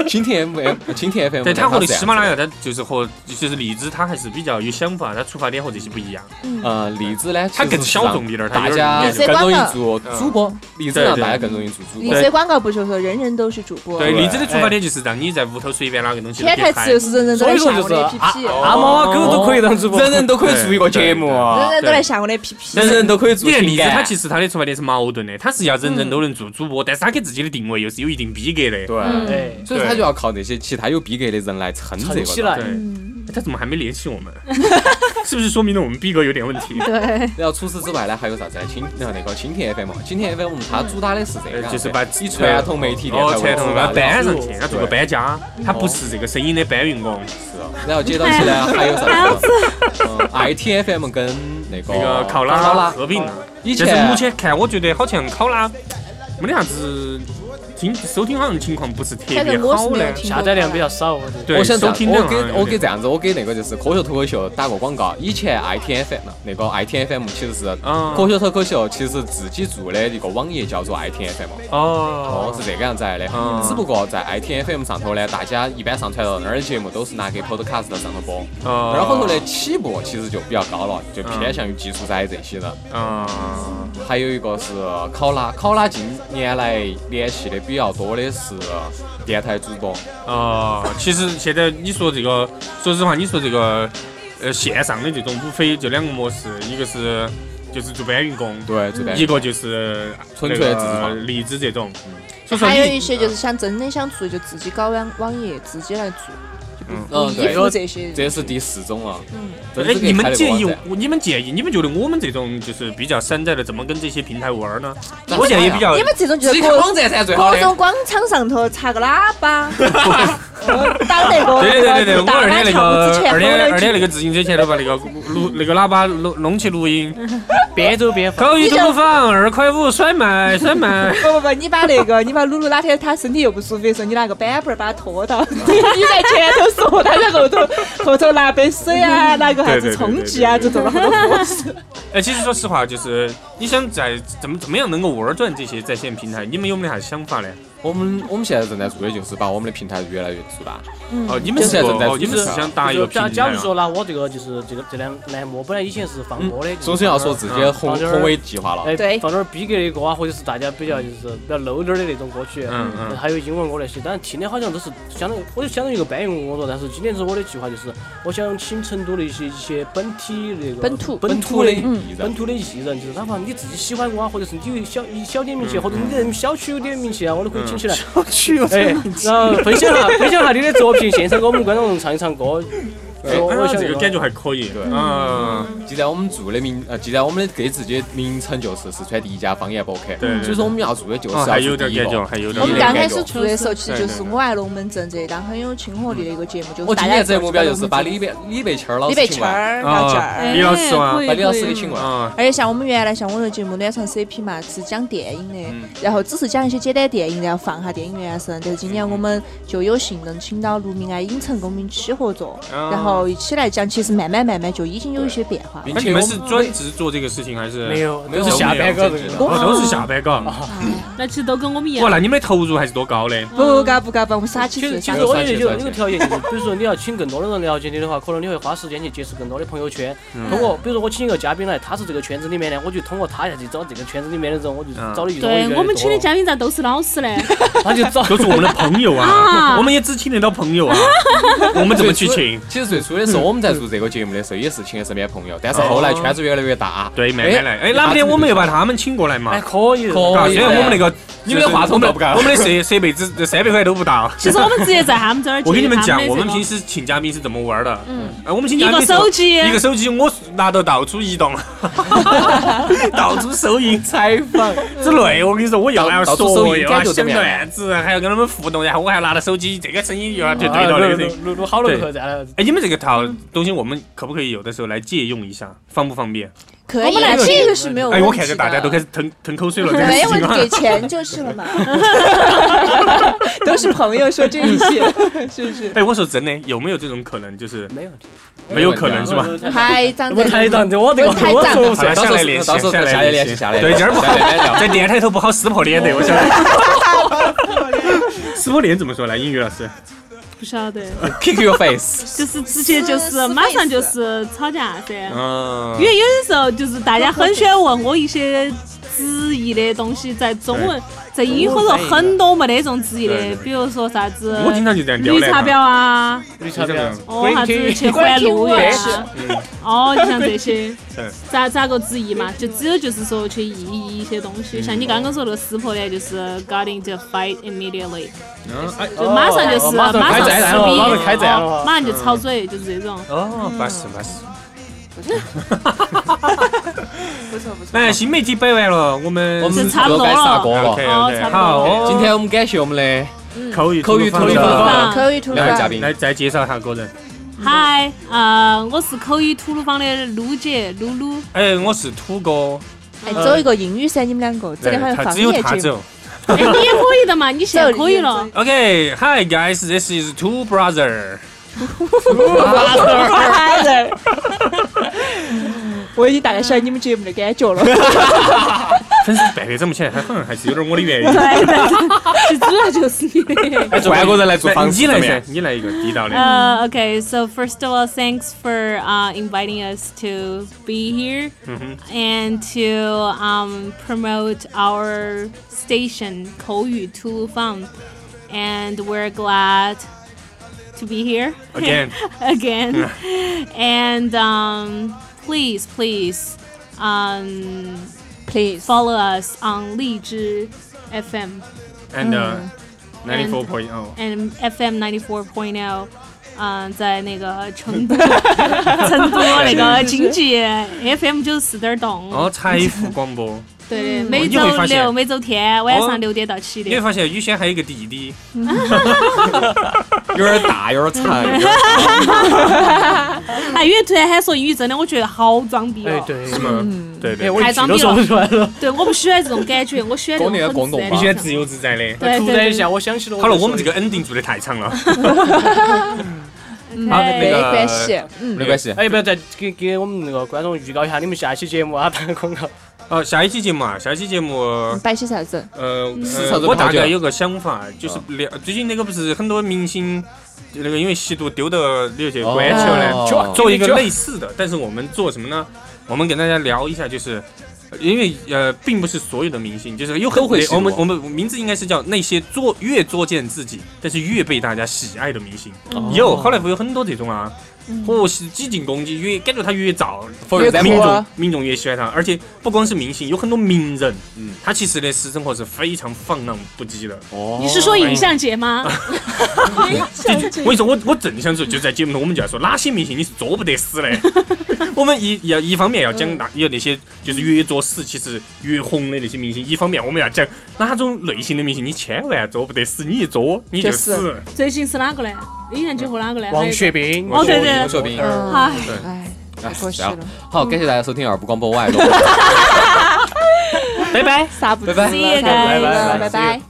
[SPEAKER 2] 蜻蜓 FM，蜻蜓 FM。
[SPEAKER 5] 对，它和那喜马拉
[SPEAKER 2] 雅。
[SPEAKER 5] 雅，它就是和就是荔枝，它还是比较有想法，它出发点和这些不一样。
[SPEAKER 2] 呃，荔枝呢，
[SPEAKER 5] 它更
[SPEAKER 2] 其实是
[SPEAKER 5] 小
[SPEAKER 2] 让
[SPEAKER 5] 众一点儿它
[SPEAKER 2] 大
[SPEAKER 5] 有点
[SPEAKER 2] 家
[SPEAKER 5] 儿
[SPEAKER 4] 有点
[SPEAKER 2] 更容
[SPEAKER 4] 嗯
[SPEAKER 2] 易做主播。荔枝
[SPEAKER 5] 对
[SPEAKER 2] 让
[SPEAKER 5] 对
[SPEAKER 2] 大家更容易做主
[SPEAKER 4] 荔
[SPEAKER 2] 播。
[SPEAKER 4] 枝广告不就说人人都是主播？
[SPEAKER 5] 对，
[SPEAKER 2] 对
[SPEAKER 5] 荔枝的出发点就是让你在屋头随便拿个东西都
[SPEAKER 4] 潜
[SPEAKER 5] 可以
[SPEAKER 4] 台
[SPEAKER 5] 拍
[SPEAKER 4] 词。就是人人都来下
[SPEAKER 3] 所
[SPEAKER 4] 我
[SPEAKER 3] 以
[SPEAKER 4] 的
[SPEAKER 3] 我就
[SPEAKER 4] A P
[SPEAKER 3] 是
[SPEAKER 4] P，人啊
[SPEAKER 3] 阿猫
[SPEAKER 5] 啊
[SPEAKER 3] 阿狗都可以当主播，
[SPEAKER 2] 人哦人都可以做一个节目啊，
[SPEAKER 4] 人都来下我的 A P P。
[SPEAKER 2] 人人都可以做
[SPEAKER 5] 你看
[SPEAKER 2] 情
[SPEAKER 5] 荔枝，
[SPEAKER 2] 感。
[SPEAKER 5] 它其实它的出发点是矛盾的，它是要人人都能做主播，但是它给自己的定位又是有一定逼格的。
[SPEAKER 2] 对，哎
[SPEAKER 3] 对，
[SPEAKER 2] 所以他就要靠那些其他有逼格的人来撑这
[SPEAKER 3] 撑
[SPEAKER 2] 个
[SPEAKER 3] 起
[SPEAKER 2] 的。
[SPEAKER 3] 来，
[SPEAKER 5] 对，哎他怎么还没联系我们？是不是说明了我们逼格有点问题？
[SPEAKER 7] 对，
[SPEAKER 2] 然后除此之外呢，还有啥子呢？啊青然后那个青田 FM，青田 FM 它主打的是啊这
[SPEAKER 5] 呃
[SPEAKER 2] 个，
[SPEAKER 5] 就是把
[SPEAKER 2] 以传统媒体电啊
[SPEAKER 5] 哦，
[SPEAKER 2] 台为主
[SPEAKER 5] 传统
[SPEAKER 2] 打
[SPEAKER 5] 把它
[SPEAKER 2] 的
[SPEAKER 5] 搬上去，他做个
[SPEAKER 2] 对
[SPEAKER 5] 搬家，他不是这个声音的搬运工，
[SPEAKER 2] 然后接到起呢，还有啥子？嗯，ITFM 跟那个
[SPEAKER 5] 那个考
[SPEAKER 2] 考
[SPEAKER 5] 拉
[SPEAKER 2] 拉
[SPEAKER 5] 合并了。
[SPEAKER 2] 以
[SPEAKER 5] 但是目
[SPEAKER 2] 前
[SPEAKER 5] 前看，我觉得好像考拉没得啥子听收听好像情况不是特
[SPEAKER 7] 反
[SPEAKER 5] 别
[SPEAKER 7] 正我是
[SPEAKER 5] 好
[SPEAKER 7] 没有
[SPEAKER 5] 嘞。
[SPEAKER 7] 听过。
[SPEAKER 3] 下载量比较少，我觉得。
[SPEAKER 5] 对，
[SPEAKER 2] 我想这
[SPEAKER 5] 收
[SPEAKER 2] 样
[SPEAKER 5] 听
[SPEAKER 2] 我
[SPEAKER 5] 量好像
[SPEAKER 2] 给
[SPEAKER 5] 有
[SPEAKER 2] 我给
[SPEAKER 5] 点
[SPEAKER 2] 这样子，我给那个就是科学脱口秀打过广告。以前 ITFM 那个 ITFM 其实是
[SPEAKER 5] 啊
[SPEAKER 2] 科学脱口秀，其实自己做的一个网页叫做 ITFM。哦
[SPEAKER 5] 哦，
[SPEAKER 2] 是这个样子来的
[SPEAKER 5] 嗯。
[SPEAKER 2] 只不过在 ITFM 上头呢，大家一般上传到那儿的节目都是拿给 Podcast 上头播。
[SPEAKER 5] 哦
[SPEAKER 2] 那儿后头呢，起步其实就比较高了，就偏向于技术宅这些人。
[SPEAKER 5] 嗯，
[SPEAKER 2] 还有一个是考拉，考拉近年来联系的比较多的是电台主播，
[SPEAKER 5] 哦，其实现在你说这个，说实话，你说这个，呃，线上的这种无非就两个模式，一个是就是做搬运工，
[SPEAKER 2] 对，这边
[SPEAKER 3] 嗯
[SPEAKER 5] 一个就是
[SPEAKER 2] 纯粹自
[SPEAKER 5] 那个
[SPEAKER 2] 创
[SPEAKER 5] 荔枝这种。所以说
[SPEAKER 7] 还有
[SPEAKER 5] 你
[SPEAKER 7] 一些就是想真的想做，就自己搞网网页，自己来做，就不
[SPEAKER 2] 嗯
[SPEAKER 7] 不
[SPEAKER 2] 对
[SPEAKER 7] 依附这些人。
[SPEAKER 2] 这是第四种了。
[SPEAKER 7] 嗯，
[SPEAKER 2] 这
[SPEAKER 5] 哎，
[SPEAKER 2] 是可以
[SPEAKER 5] 你们
[SPEAKER 2] 开的
[SPEAKER 5] 介
[SPEAKER 2] 网
[SPEAKER 5] 意
[SPEAKER 2] 站
[SPEAKER 5] 我？你们介意？你们觉得我们这种就是比较山寨的，怎么跟这些平台玩儿呢？
[SPEAKER 2] 那
[SPEAKER 5] 我现在也
[SPEAKER 2] 咋
[SPEAKER 5] 比较
[SPEAKER 4] 你们这种就
[SPEAKER 2] 自己
[SPEAKER 4] 是
[SPEAKER 2] 开
[SPEAKER 4] 各
[SPEAKER 2] 网站才最好
[SPEAKER 4] 各种
[SPEAKER 2] 的。
[SPEAKER 4] 广场上头插个喇叭，当那个
[SPEAKER 5] 对对对对对，我
[SPEAKER 4] 打
[SPEAKER 5] 二
[SPEAKER 4] 篮
[SPEAKER 5] 天那
[SPEAKER 4] 球之
[SPEAKER 5] 个呃
[SPEAKER 4] 前
[SPEAKER 5] 二
[SPEAKER 4] 吼了
[SPEAKER 5] 天
[SPEAKER 4] 一
[SPEAKER 5] 二天那
[SPEAKER 4] 句。
[SPEAKER 5] 个自行车前头把那个录那个喇叭录弄起录音，
[SPEAKER 3] 边走边放。
[SPEAKER 5] 高一东房二块五甩卖甩卖
[SPEAKER 4] 不不不，你把那个，你 把露露哪天她身体又不舒服的时候，你拿个板板儿把她拖到， 你在前头说，她在后头， 后头拿杯水啊，拿个啥子冲剂啊，就做了好多活。
[SPEAKER 5] 哎，其实说实话，就是你想在怎么怎么样能够玩转这些在线平台，你们有没得啥想法呢？
[SPEAKER 2] 我们我们现在正在做的就是把我们的平台越来越做大。
[SPEAKER 5] 哦，你们
[SPEAKER 2] 就是是正在
[SPEAKER 5] 哦，你们是
[SPEAKER 2] 就是
[SPEAKER 5] 想搭一个
[SPEAKER 3] 就
[SPEAKER 5] 平
[SPEAKER 3] 假
[SPEAKER 5] 台
[SPEAKER 3] 假如
[SPEAKER 5] 啊？
[SPEAKER 3] 说拿我这个就是这个这两栏目，本来以前是放歌的，就是
[SPEAKER 2] 首先嗯要说自己的宏
[SPEAKER 3] 嗯
[SPEAKER 2] 宏伟计划了。
[SPEAKER 3] 哎，
[SPEAKER 7] 对
[SPEAKER 3] 放点儿逼格的歌啊，或者是大家比较就是比较 low 点儿的那种歌曲，
[SPEAKER 5] 嗯嗯
[SPEAKER 3] 还有英文歌那些，但是听的好像都是相当于，我就相当于一个搬运工工作。但是今年子我的计划就是，我想请成都的一些一些本体那个
[SPEAKER 7] 本土
[SPEAKER 3] 本土
[SPEAKER 2] 的
[SPEAKER 3] 的。
[SPEAKER 2] 艺人
[SPEAKER 3] 本，土的艺人，就是哪怕你自己喜欢我啊，或者是你有小一小点名气，或者你在小区有点名气啊，我都可以请起来。小区有哎，然后分享下分享下你的作品，现场给我们观众唱一唱歌。
[SPEAKER 5] 哎，
[SPEAKER 3] 我我
[SPEAKER 5] 那
[SPEAKER 3] 想
[SPEAKER 5] 这个感
[SPEAKER 3] 觉
[SPEAKER 5] 觉还可以。嗯，
[SPEAKER 2] 既然我们做的名呃，既然我们的给自己的名称就是四川第一家方言博客，
[SPEAKER 5] 对
[SPEAKER 2] 所以说我们要做的就是
[SPEAKER 5] 哦，
[SPEAKER 2] 要
[SPEAKER 5] 还有
[SPEAKER 2] 做
[SPEAKER 5] 点
[SPEAKER 2] 第一
[SPEAKER 5] 感觉，
[SPEAKER 2] 个。
[SPEAKER 5] 还有点
[SPEAKER 7] 我
[SPEAKER 5] 感
[SPEAKER 7] 们
[SPEAKER 5] 觉。
[SPEAKER 7] 刚
[SPEAKER 2] 嗯
[SPEAKER 7] 开始做的时候，其实就是
[SPEAKER 5] 对对对
[SPEAKER 7] 我爱龙门阵这一档很有亲和力的一个节目，就是
[SPEAKER 2] 我今
[SPEAKER 7] 大家
[SPEAKER 2] 年子的目标就是把
[SPEAKER 7] 李
[SPEAKER 2] 李白李白谦儿老
[SPEAKER 7] 李
[SPEAKER 2] 师
[SPEAKER 7] 白
[SPEAKER 2] 请
[SPEAKER 7] 谦
[SPEAKER 2] 过来，
[SPEAKER 7] 儿到这儿。
[SPEAKER 5] 李老师吗
[SPEAKER 2] 把李老师给请过来。
[SPEAKER 5] 啊，
[SPEAKER 7] 而且像我们原来像我的节目《暖床 CP》嘛，是讲电影的，
[SPEAKER 2] 嗯
[SPEAKER 7] 然后只是讲一些简单电影，然后放下电影原声。但是今年我们就有幸能请到卢明爱影城跟我们一起合作，
[SPEAKER 5] 哦
[SPEAKER 7] 然后一起来讲，其实慢慢慢慢就已经有一些变化。
[SPEAKER 2] 并
[SPEAKER 5] 那
[SPEAKER 2] 且
[SPEAKER 5] 哎你
[SPEAKER 2] 我
[SPEAKER 5] 们是专
[SPEAKER 2] 每
[SPEAKER 5] 职做这个事情还是
[SPEAKER 3] 没？有，
[SPEAKER 2] 没有
[SPEAKER 3] 都是下班
[SPEAKER 5] 没有
[SPEAKER 3] 哥这个。
[SPEAKER 5] 哦，都是下班岗。哇，
[SPEAKER 6] 那其实都跟我们一样。
[SPEAKER 5] 那你们的投入还是多高嘞？
[SPEAKER 4] 不嘎不嘎，把我们撒起
[SPEAKER 3] 其实，
[SPEAKER 4] 去，
[SPEAKER 3] 其
[SPEAKER 4] 撒
[SPEAKER 3] 实
[SPEAKER 4] 起去
[SPEAKER 3] 我觉得有有个条件，就是比如说你要请更多的人了解你的话，可能你会花时间去接触更多的朋友圈。
[SPEAKER 5] 嗯
[SPEAKER 3] 通过，比如说我请一个嘉宾来，他是这个圈子里面的，我就通过他下去找这个圈子里面的人，我就
[SPEAKER 5] 嗯
[SPEAKER 3] 找的越多
[SPEAKER 6] 对
[SPEAKER 3] 越
[SPEAKER 6] 我们请的
[SPEAKER 3] 多
[SPEAKER 6] 嘉宾咋都是老师 嘞？
[SPEAKER 3] 他就找。
[SPEAKER 5] 都是我们的朋友啊，
[SPEAKER 6] 啊
[SPEAKER 5] 我们也只请得到朋友啊，我们怎么去请？
[SPEAKER 2] 其实最初的时候，我们在做这个节目的时候，也是请的身边朋友，但是后来圈子越来越大，
[SPEAKER 5] 哦对，慢慢来。哎，
[SPEAKER 2] 哪
[SPEAKER 5] 哪天我们又把他们请过来嘛
[SPEAKER 3] 哎，？可以的，
[SPEAKER 2] 可
[SPEAKER 5] 啊，
[SPEAKER 2] 以
[SPEAKER 5] 虽然我们那个
[SPEAKER 2] 你们的话筒
[SPEAKER 5] 我们
[SPEAKER 2] 够不够
[SPEAKER 5] 我们的设设备只三百块都不到。
[SPEAKER 6] 其实我们直接在他们这儿。
[SPEAKER 5] 我跟你们讲，我们平
[SPEAKER 6] 平时
[SPEAKER 5] 时请嘉宾是怎么玩的？
[SPEAKER 7] 嗯
[SPEAKER 5] 哎，我们请
[SPEAKER 6] 一
[SPEAKER 5] 嘉宾
[SPEAKER 6] 个
[SPEAKER 5] 是怎么
[SPEAKER 6] 手机，
[SPEAKER 5] 一个手机，我拿到到处移动，到处收银
[SPEAKER 2] 采访，
[SPEAKER 5] 之类。我跟你说，我又要
[SPEAKER 2] 到处收
[SPEAKER 5] 说，
[SPEAKER 2] 银
[SPEAKER 5] 又要
[SPEAKER 2] 感觉怎
[SPEAKER 5] 想
[SPEAKER 2] 么样
[SPEAKER 5] 段子，啊还要跟他们互动，然后我还拿着手机，这个声音又要去对到
[SPEAKER 3] 啊
[SPEAKER 5] 那
[SPEAKER 3] 录
[SPEAKER 5] 个声音
[SPEAKER 3] 录。录录好了
[SPEAKER 5] 对
[SPEAKER 3] 客 栈，
[SPEAKER 5] 哎，你们这个套东西，我们可不可以有的时候来借用一下，方不方便？
[SPEAKER 7] 可以，
[SPEAKER 6] 我们来
[SPEAKER 7] 这
[SPEAKER 6] 请
[SPEAKER 7] 个是没
[SPEAKER 4] 哦
[SPEAKER 7] 有问
[SPEAKER 5] 哎，
[SPEAKER 7] 题的。
[SPEAKER 5] 我看着大家都开始腾腾口水了，这个
[SPEAKER 7] 没
[SPEAKER 5] 事
[SPEAKER 7] 有问
[SPEAKER 5] 情
[SPEAKER 7] 题，
[SPEAKER 5] 啊
[SPEAKER 7] 给钱就是了嘛。
[SPEAKER 4] 都是朋友说这一些，是不是？
[SPEAKER 5] 哎，我说真的，有没有这种可能？就是
[SPEAKER 3] 没有
[SPEAKER 5] 没有可能
[SPEAKER 2] 啊
[SPEAKER 5] 是吧？
[SPEAKER 7] 台长
[SPEAKER 3] 我
[SPEAKER 7] 在，
[SPEAKER 3] 台长，我这个
[SPEAKER 7] 我台
[SPEAKER 3] 我
[SPEAKER 7] 长
[SPEAKER 3] 做不
[SPEAKER 5] 好
[SPEAKER 2] 嗯
[SPEAKER 3] 出来
[SPEAKER 5] 了，
[SPEAKER 2] 到时
[SPEAKER 5] 下来
[SPEAKER 2] 候
[SPEAKER 5] 联系，
[SPEAKER 2] 到时候
[SPEAKER 5] 下
[SPEAKER 2] 下
[SPEAKER 5] 来
[SPEAKER 2] 来
[SPEAKER 5] 联
[SPEAKER 2] 联
[SPEAKER 5] 系，
[SPEAKER 2] 系下来
[SPEAKER 5] 对，今儿不好，
[SPEAKER 2] 好
[SPEAKER 5] 在电台头不好撕破脸的，我晓得。撕破脸怎么说来？英语老师
[SPEAKER 6] 不晓得，
[SPEAKER 2] ，kick your face，
[SPEAKER 6] 就是直接就是马上就是吵架噻。
[SPEAKER 5] 嗯
[SPEAKER 6] 因为有的时候就是大家很喜欢问我一些直译的东西，在中文在英语
[SPEAKER 3] 中
[SPEAKER 6] 或
[SPEAKER 3] 文
[SPEAKER 6] 者
[SPEAKER 3] 翻译
[SPEAKER 6] 很多没得这种直译
[SPEAKER 5] 对
[SPEAKER 6] 的
[SPEAKER 5] 对，
[SPEAKER 6] 比如说啥子
[SPEAKER 5] 我经常就这样撩
[SPEAKER 6] 绿
[SPEAKER 5] 来
[SPEAKER 6] 茶婊
[SPEAKER 5] 嘛。
[SPEAKER 6] 啊，
[SPEAKER 3] 绿茶
[SPEAKER 5] 这样
[SPEAKER 3] 婊
[SPEAKER 5] 子，
[SPEAKER 6] 哦啥子去环路园啊，
[SPEAKER 5] 嗯，
[SPEAKER 6] 哦你像这些
[SPEAKER 5] 对，
[SPEAKER 6] 咋咋个直译嘛？就只有就是说去意译一些东西，像你刚刚说那个撕破脸，就是 got into fight immediately，
[SPEAKER 5] 嗯，哎，
[SPEAKER 6] 就马上就是
[SPEAKER 3] 哦马上开战
[SPEAKER 6] 撕
[SPEAKER 3] 了
[SPEAKER 6] 逼，
[SPEAKER 3] 马上开战了
[SPEAKER 6] 哦马上就吵嘴，就是这种。
[SPEAKER 5] 哦，巴适巴适。
[SPEAKER 8] 不错不错。
[SPEAKER 5] 哎，新媒体摆完了，我们
[SPEAKER 2] 我们
[SPEAKER 6] 是差不
[SPEAKER 2] 就
[SPEAKER 6] 多
[SPEAKER 2] 该下锅
[SPEAKER 5] 了
[SPEAKER 2] 了。
[SPEAKER 5] OK
[SPEAKER 6] 哦，
[SPEAKER 5] OK，
[SPEAKER 6] 差不
[SPEAKER 5] 好
[SPEAKER 6] 多
[SPEAKER 5] 哦
[SPEAKER 6] 了。
[SPEAKER 2] 今天我们感谢我们的
[SPEAKER 5] 口语
[SPEAKER 2] 口语
[SPEAKER 5] 方
[SPEAKER 2] 口语
[SPEAKER 5] 的
[SPEAKER 2] 方法
[SPEAKER 6] 啊
[SPEAKER 8] 可以突
[SPEAKER 2] 两位嘉
[SPEAKER 8] 然，
[SPEAKER 2] 宾，
[SPEAKER 5] 来再介绍一下个人。
[SPEAKER 6] 嗨，啊，我是口语吐鲁番的卢姐，露露。
[SPEAKER 5] 哎，我是土哥，
[SPEAKER 4] 哎，走一个英语噻，你们两个，这里好像
[SPEAKER 5] 对他
[SPEAKER 4] 方
[SPEAKER 5] 只有
[SPEAKER 4] 言
[SPEAKER 5] 他
[SPEAKER 4] 节目。
[SPEAKER 5] 走。
[SPEAKER 6] 哎，你也可以的嘛，你现在可以了。
[SPEAKER 5] OK，Hi guys，this is two brother。
[SPEAKER 8] 夸人。我已经大概晓得你们节目的感觉 了，
[SPEAKER 5] 粉丝背得这么起来，他好像还是有点我的原因。
[SPEAKER 6] 对对对，其实主要就是你的。
[SPEAKER 5] 哎
[SPEAKER 2] 外国人来做
[SPEAKER 5] 来
[SPEAKER 2] 访
[SPEAKER 5] 你
[SPEAKER 2] 视
[SPEAKER 5] 来
[SPEAKER 2] 怎么
[SPEAKER 5] 噻
[SPEAKER 2] 样？，
[SPEAKER 5] 你来一个地道 的。
[SPEAKER 6] Uh, okay, so first of all, thanks for uh, inviting us to be here and to um, promote our station, Kouyu Tulufang. And we're glad to be here
[SPEAKER 5] Again.
[SPEAKER 6] again. and um, please, please um,
[SPEAKER 4] Please，
[SPEAKER 6] follow us on Liji FM
[SPEAKER 5] And uh, ninety four point oh。
[SPEAKER 6] and FM 94.0，嗯、在那个成都 成都那个经济 FM 九四点洞，
[SPEAKER 5] 哦，财富广播，
[SPEAKER 6] 对，每
[SPEAKER 5] 你
[SPEAKER 6] 周
[SPEAKER 5] 会发现
[SPEAKER 6] 六、每周天晚
[SPEAKER 5] 哦
[SPEAKER 6] 上六点到七
[SPEAKER 5] 你会
[SPEAKER 6] 点。
[SPEAKER 5] 发现宇轩还有一个弟弟，
[SPEAKER 2] 有点大，有点长，有点
[SPEAKER 6] 哎，因为突然喊说英语，真的我觉得好装逼
[SPEAKER 3] 哎
[SPEAKER 6] 哦。
[SPEAKER 3] 对，
[SPEAKER 5] 是吗？对
[SPEAKER 3] 哎
[SPEAKER 5] 对，
[SPEAKER 3] 我一句都说不出来了。
[SPEAKER 6] 对，我不喜欢这种感觉，我喜欢这
[SPEAKER 2] 搞那个
[SPEAKER 6] 种
[SPEAKER 2] 广
[SPEAKER 6] 很自
[SPEAKER 2] 东
[SPEAKER 6] 然
[SPEAKER 2] 话
[SPEAKER 5] 你
[SPEAKER 6] 的状态。
[SPEAKER 5] 喜欢自由自在的。
[SPEAKER 6] 对
[SPEAKER 3] 突
[SPEAKER 6] 对
[SPEAKER 3] 然一
[SPEAKER 6] 对
[SPEAKER 3] 下，我想起了。
[SPEAKER 5] 好了，我们这个 ending 做的太长 了。好，
[SPEAKER 6] 哎
[SPEAKER 5] 那
[SPEAKER 4] 没
[SPEAKER 5] 个
[SPEAKER 4] 关系。 嗯
[SPEAKER 2] 没关系。
[SPEAKER 3] 哎，不要再给给我们那个观众预告一下你们下期节目啊，打个广告。
[SPEAKER 5] 呃，下一期节目啊，下一期节目，
[SPEAKER 4] 摆嗯些啥子？
[SPEAKER 5] 呃，
[SPEAKER 2] 是啥
[SPEAKER 5] 呃
[SPEAKER 2] 子
[SPEAKER 5] 我大
[SPEAKER 2] 泡椒
[SPEAKER 5] 概有个想法，
[SPEAKER 2] 哦
[SPEAKER 5] 就是聊最近那个不是很多明星就那个因为吸毒丢到那些关起来
[SPEAKER 2] 哦，
[SPEAKER 5] 就做一个类似的，但是我们做什么呢？我们跟大家聊一下，就是。呃因为呃，并不是所有的明星就是有很
[SPEAKER 2] 都会吸毒
[SPEAKER 5] 我们我们名字应该是叫那些作越作践自己，但是越被大家喜爱的明星。有后来会有很多这种啊，嚯，是几进攻击，越感觉他越燥，
[SPEAKER 2] For example
[SPEAKER 5] 民众
[SPEAKER 4] 啊
[SPEAKER 5] 民众越喜欢他，而且不光是明星，有很多名人，
[SPEAKER 2] 嗯
[SPEAKER 5] 他其实的私生活是非常放浪不羁的。
[SPEAKER 2] 哦
[SPEAKER 6] 你是说影像节吗？
[SPEAKER 5] 这就我跟你说，我我正想说，就在节目头，我们就要说哪些明星你是作不得死的。我们一要一方面要讲那有那些就是越作死其实越红的那些明星，一方面我们要讲哪种类型的明星你千万作不得死，你一作你就
[SPEAKER 4] 就
[SPEAKER 5] 死。
[SPEAKER 6] 最近是哪个嘞？一年结婚哪个嘞？还
[SPEAKER 3] 王
[SPEAKER 6] 有
[SPEAKER 3] 学兵，
[SPEAKER 6] 哦对对
[SPEAKER 2] 我说兵，
[SPEAKER 4] 嗯
[SPEAKER 6] 哎
[SPEAKER 4] 哎，
[SPEAKER 2] 哎
[SPEAKER 4] 可惜
[SPEAKER 2] 这样
[SPEAKER 4] 了
[SPEAKER 2] 好，感谢大家收听二部广播，我爱龙。
[SPEAKER 4] 撒不
[SPEAKER 2] 拜拜
[SPEAKER 4] 知了，
[SPEAKER 6] See you
[SPEAKER 4] 拜
[SPEAKER 6] guys
[SPEAKER 4] 拜拜。